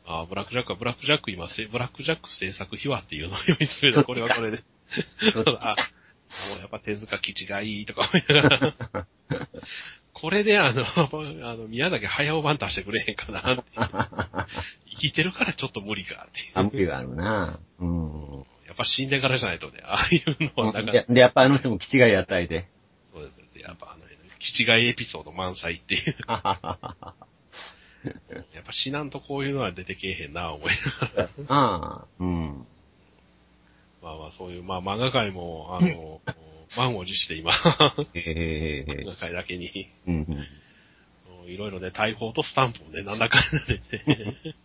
Speaker 1: あーブラックジャックは、ブラックジャック今せ、ブラックジャック制作秘話っていうのを読み進めた。これはこれで。
Speaker 2: そっち
Speaker 1: あ
Speaker 2: か。
Speaker 1: もうやっぱ手塚基地がいいとか思いながら。これであの、 あの、宮崎駿版出してくれへんかなっていう。生きてるからちょっと無理かっていう。
Speaker 2: あ、無理があるな。うん。
Speaker 1: やっぱ死んでからじゃないとね、ああいうのはなかなか
Speaker 2: で、でやっぱあの人も気違い与えて。
Speaker 1: そうですね。やっぱあの、気違いエピソード満載っていう。やっぱ死なんとこういうのは出てけえへんな、思いながら。
Speaker 2: ああ、うん。
Speaker 1: まあまあそういう、まあ漫画界も、あの、満を持して今、
Speaker 2: ええ
Speaker 1: 漫画界だけに、
Speaker 2: うんうん。
Speaker 1: いろいろね、大砲とスタンプをね、なんだかんだでね、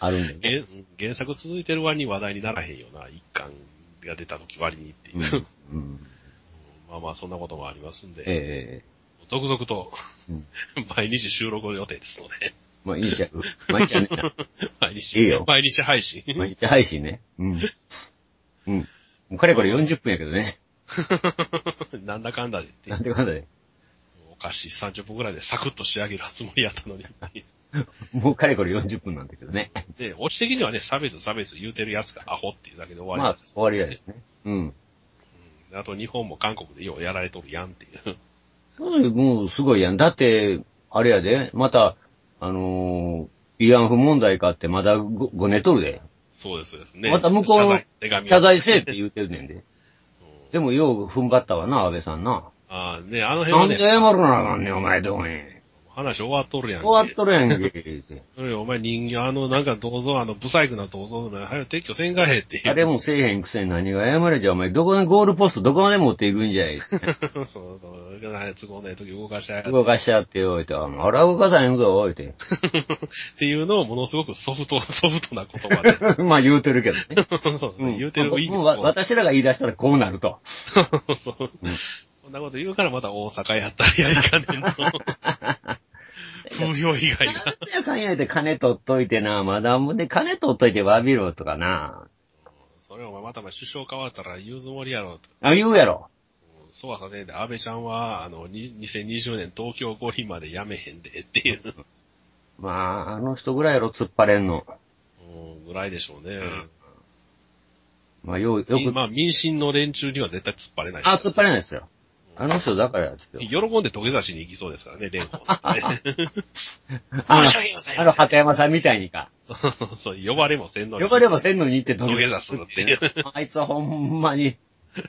Speaker 2: あるんだよね。
Speaker 1: 原原作続いてる割に話題にならへんよな、一巻が出た時割にっていう。
Speaker 2: うんうん。
Speaker 1: まあまあそんなこともありますんで、
Speaker 2: ええ
Speaker 1: 続々と、
Speaker 2: うん
Speaker 1: 毎日収録予定ですので、
Speaker 2: まあ、いいじゃん。毎日やねん な。
Speaker 1: 毎日、
Speaker 2: いいよ
Speaker 1: 毎日配信。
Speaker 2: 毎日配信ね。うん。うん。もうかれこれ40分やけど ね。
Speaker 1: なんだかんだでっていう
Speaker 2: なんてかんだで。
Speaker 1: おかしい、30分くらいでサクッと仕上げるつもりやったのに。
Speaker 2: もうかれこれ40分なんだけどね。
Speaker 1: で、オチ的にはね、差別差別言うてるやつがアホっていうだけで終わ
Speaker 2: ま
Speaker 1: り
Speaker 2: あ
Speaker 1: なんです、、
Speaker 2: 終わりやですね。うん。
Speaker 1: あ、と日本も韓国でようやられとるやんっていう。
Speaker 2: うんもうすごいやん。だって、あれやで、また、あのー、慰安婦問題かってまだご、ご寝とるで。
Speaker 1: そうです、そうですね。
Speaker 2: また向こう
Speaker 1: 謝罪、手紙。
Speaker 2: 謝罪せえって言うてるねんで。
Speaker 1: うん
Speaker 2: でもよう踏ん張ったわな、安倍さんな。
Speaker 1: ああ、ね、あの辺
Speaker 2: な
Speaker 1: は
Speaker 2: んで
Speaker 1: ね、
Speaker 2: 謝らなあかんねん、お前どこに。
Speaker 1: 話終わっとるやんけ。
Speaker 2: 終わっとるやんけ、言う て。
Speaker 1: それよりお前人形、あの、なんか銅像、あの、不細工な銅像の、早く撤去せんかへっていう。
Speaker 2: あれもせえへんくせに何が謝れじゃ、お前どこにゴールポストどこまで持っていくんじゃ い。
Speaker 1: そうそう。都合のいい時動かしやがって
Speaker 2: 動かしちゃってよ、言うて。ああら動かさへんぞ、言うて。
Speaker 1: っていうのをものすごくソフト、 ソフトな言 葉で。
Speaker 2: まあ言うてるけどね。
Speaker 1: そうそう言うてる、いい
Speaker 2: もうわ
Speaker 1: そう
Speaker 2: 私らが言い出したらこうなると。
Speaker 1: そう。こんなこと言うからまた大阪やったりやりかねんの。風評被害
Speaker 2: なん
Speaker 1: が。
Speaker 2: でやかんやで金取っといてな、まだもね、金取っといて詫びろとかな。
Speaker 1: それお前またま首相変わったら言うつもりやろと。
Speaker 2: あ、言うやろ。
Speaker 1: そうはさねえで、安倍ちゃんは、あの、に2020年東京五輪までやめへんでっていう、
Speaker 2: まあ、あの人ぐらいやろ、突っ張れんの。
Speaker 1: うん、ぐらいでしょうね。
Speaker 2: まあ、よう、よ
Speaker 1: み
Speaker 2: く、
Speaker 1: まあ、民進の連中には絶対突っ張れないです
Speaker 2: あ、突っ張れないですよ。あの人だからですよ。
Speaker 1: 喜んで土下座しに行きそうですから ね、蓮舫なんてね。
Speaker 2: あ
Speaker 1: 申し訳ございません
Speaker 2: の、あの、鳩山さんみたいにか。
Speaker 1: そう、呼ばれもせんのに。
Speaker 2: 呼ばればせんのにって
Speaker 1: 土
Speaker 2: 土
Speaker 1: 下座するって いう。
Speaker 2: あいつはほんまに、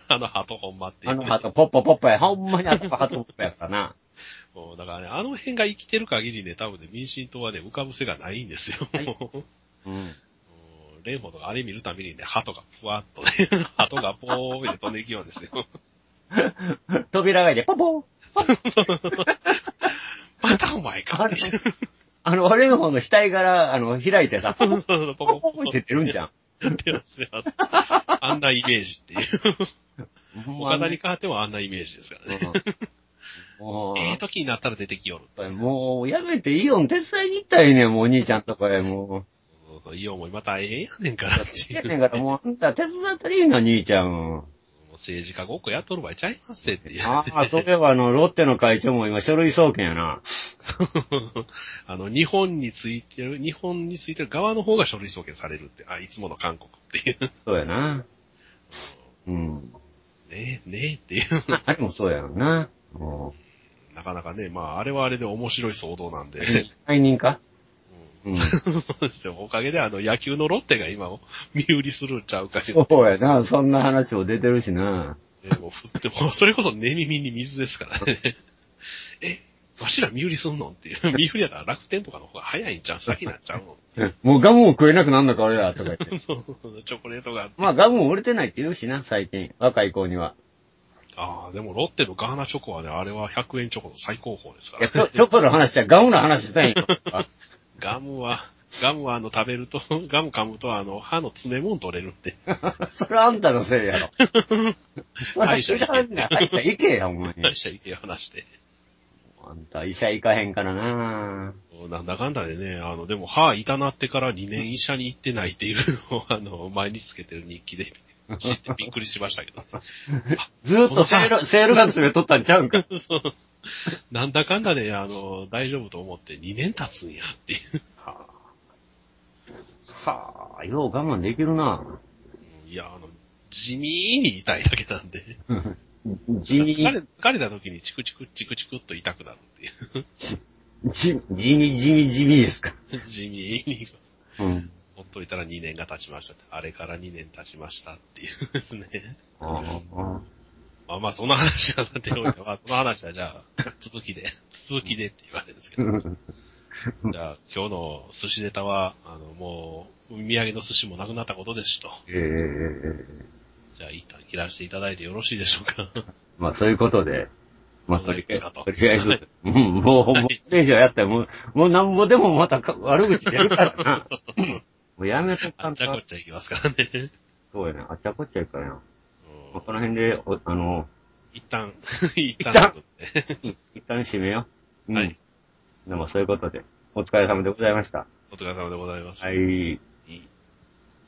Speaker 1: あの鳩ほんまってい
Speaker 2: あ
Speaker 1: う
Speaker 2: の鳩、ポッポポッポや、ほんまにあの鳩ポッポやからな。
Speaker 1: もうだからね、あの辺が生きてる限りね、多分ね、民進党はね、浮かぶ背がないんですよ。
Speaker 2: はい
Speaker 1: もう
Speaker 2: うん。
Speaker 1: うん蓮舫とかあれ見るたびにね、鳩がふわっとね、 鳩がぽーって飛んでいきようんですよ。
Speaker 2: 扉が開いて、ポポー
Speaker 1: またお前か
Speaker 2: あ
Speaker 1: って
Speaker 2: れ。あの、俺の方の額から、あの、開いてさ、ポポ
Speaker 1: そうそうポ
Speaker 2: ポ
Speaker 1: コ
Speaker 2: ポ
Speaker 1: ポコ
Speaker 2: ポっ
Speaker 1: ってて
Speaker 2: 出るんじゃん。
Speaker 1: 言って ますね。あんなイメージっていう。
Speaker 2: ほん
Speaker 1: 岡
Speaker 2: ま
Speaker 1: 田に
Speaker 2: に
Speaker 1: 変わってもあんなイメージですからね。
Speaker 2: うんも
Speaker 1: ええ時になったら出てきよる。
Speaker 2: う、もう、やめて、イオン手伝いに行ったらいいねん、もうお兄ちゃんとかへ、も
Speaker 1: そうそう、イオンもまたええやねんからって
Speaker 2: う。
Speaker 1: い
Speaker 2: や
Speaker 1: う。
Speaker 2: ね んから、もう、あんた手伝ったらいいの、兄ちゃん。
Speaker 1: もう政治家ごっこやっとる場合ちゃいますってっていう。
Speaker 2: ああ、そういえば、あの、ロッテの会長も今、書類送検やな。
Speaker 1: あの、日本についてる、日本についてる側の方が書類送検されるって、あ、いつもの韓国っていう。
Speaker 2: そうやな。うん。
Speaker 1: ねえ、ねえっていう。
Speaker 2: あれもそうやろな。も
Speaker 1: なかなかね、まあ、あれはあれで面白い騒動なんで。
Speaker 2: う、 解任か うん。
Speaker 1: そうですよ。おかげであの、野球のロッテが今、身売りするんちゃうかしら。
Speaker 2: そうやな、そんな話も出てるしな。
Speaker 1: ねもう振って、もうそれこそ寝耳に水ですからね。 え、わしら身売りすんのっていう。身売りやったら楽天とかの方が早いんちゃう先なんちゃうの
Speaker 2: もうガムを食えなくなんのか、俺ら、とか言って。
Speaker 1: そう、チョコレートが。
Speaker 2: まあ、ガムも売れてないって言うしな、最近。若い子には。
Speaker 1: ああ、でもロッテのガーナチョコはね、あれは100円チョコの最高峰ですか
Speaker 2: いや、
Speaker 1: ら。
Speaker 2: ちょ、ちょっとの話じゃ、ガムの話したいんよ。 あ
Speaker 1: ガムは、ガムはあの食べると、 ガム噛むとあの歯の爪も取れるって。
Speaker 2: それあんたのせいやろ。 それ知らんねん。大した行けや、お前。
Speaker 1: 大した意見話で。
Speaker 2: あんた医者行かへんからな
Speaker 1: なんだかんだでね、あの、でも歯痛なってから2年医者に行ってないっていうのを、あの、前につけてる日記 で知ってびっくりしましたけどね。
Speaker 2: ずーっとセール、セールガン詰めとったんちゃうんか。
Speaker 1: そうなんだかんだで、あの、大丈夫と思って2年経つんやっていう。
Speaker 2: はあ。はあ、よう我慢できるな。
Speaker 1: いや、あの、地味に痛いだけなんで。
Speaker 2: 地
Speaker 1: 疲れ
Speaker 2: に、
Speaker 1: 疲れた時にチクチクチクチクっと痛くなるっ
Speaker 2: 地地に、地に、地にですか。
Speaker 1: ていう。 地味に、
Speaker 2: うん。
Speaker 1: ほっといたら2年が経ちましたって。あれから2年経ちましたっていうですね。
Speaker 2: ああ
Speaker 1: まあまあ、その話はさておいて、まあ、その話はじゃあ、 続きで、続きでって言われるんですけど。じゃあ、今日の寿司ネタは、あの、もう、お土産の寿司もなくなったことですしと。
Speaker 2: ええ
Speaker 1: じゃあ、一旦切らせていただいてよろしいでしょうか。
Speaker 2: まあ、そういうことで、まあ、
Speaker 1: ど
Speaker 2: と
Speaker 1: うで
Speaker 2: り
Speaker 1: すかと
Speaker 2: とりあ えず、うん、もう、もう、これ以上やったら、もう、もうなんぼでもまたか 悪口やるから な。もうやめとか
Speaker 1: あっ
Speaker 2: ん
Speaker 1: ちゃこ
Speaker 2: と
Speaker 1: っ。ちゃいきますからね。
Speaker 2: そうやね。あっちゃこっちゃいかんやん。
Speaker 1: うん
Speaker 2: まあ、この辺で、おあの、
Speaker 1: 一旦、 一旦
Speaker 2: 旦
Speaker 1: ということで、
Speaker 2: 一旦締めよう。うん
Speaker 1: はい。
Speaker 2: でも、そういうことで、お疲れ様でございました。
Speaker 1: お疲れ様でございます。
Speaker 2: はい。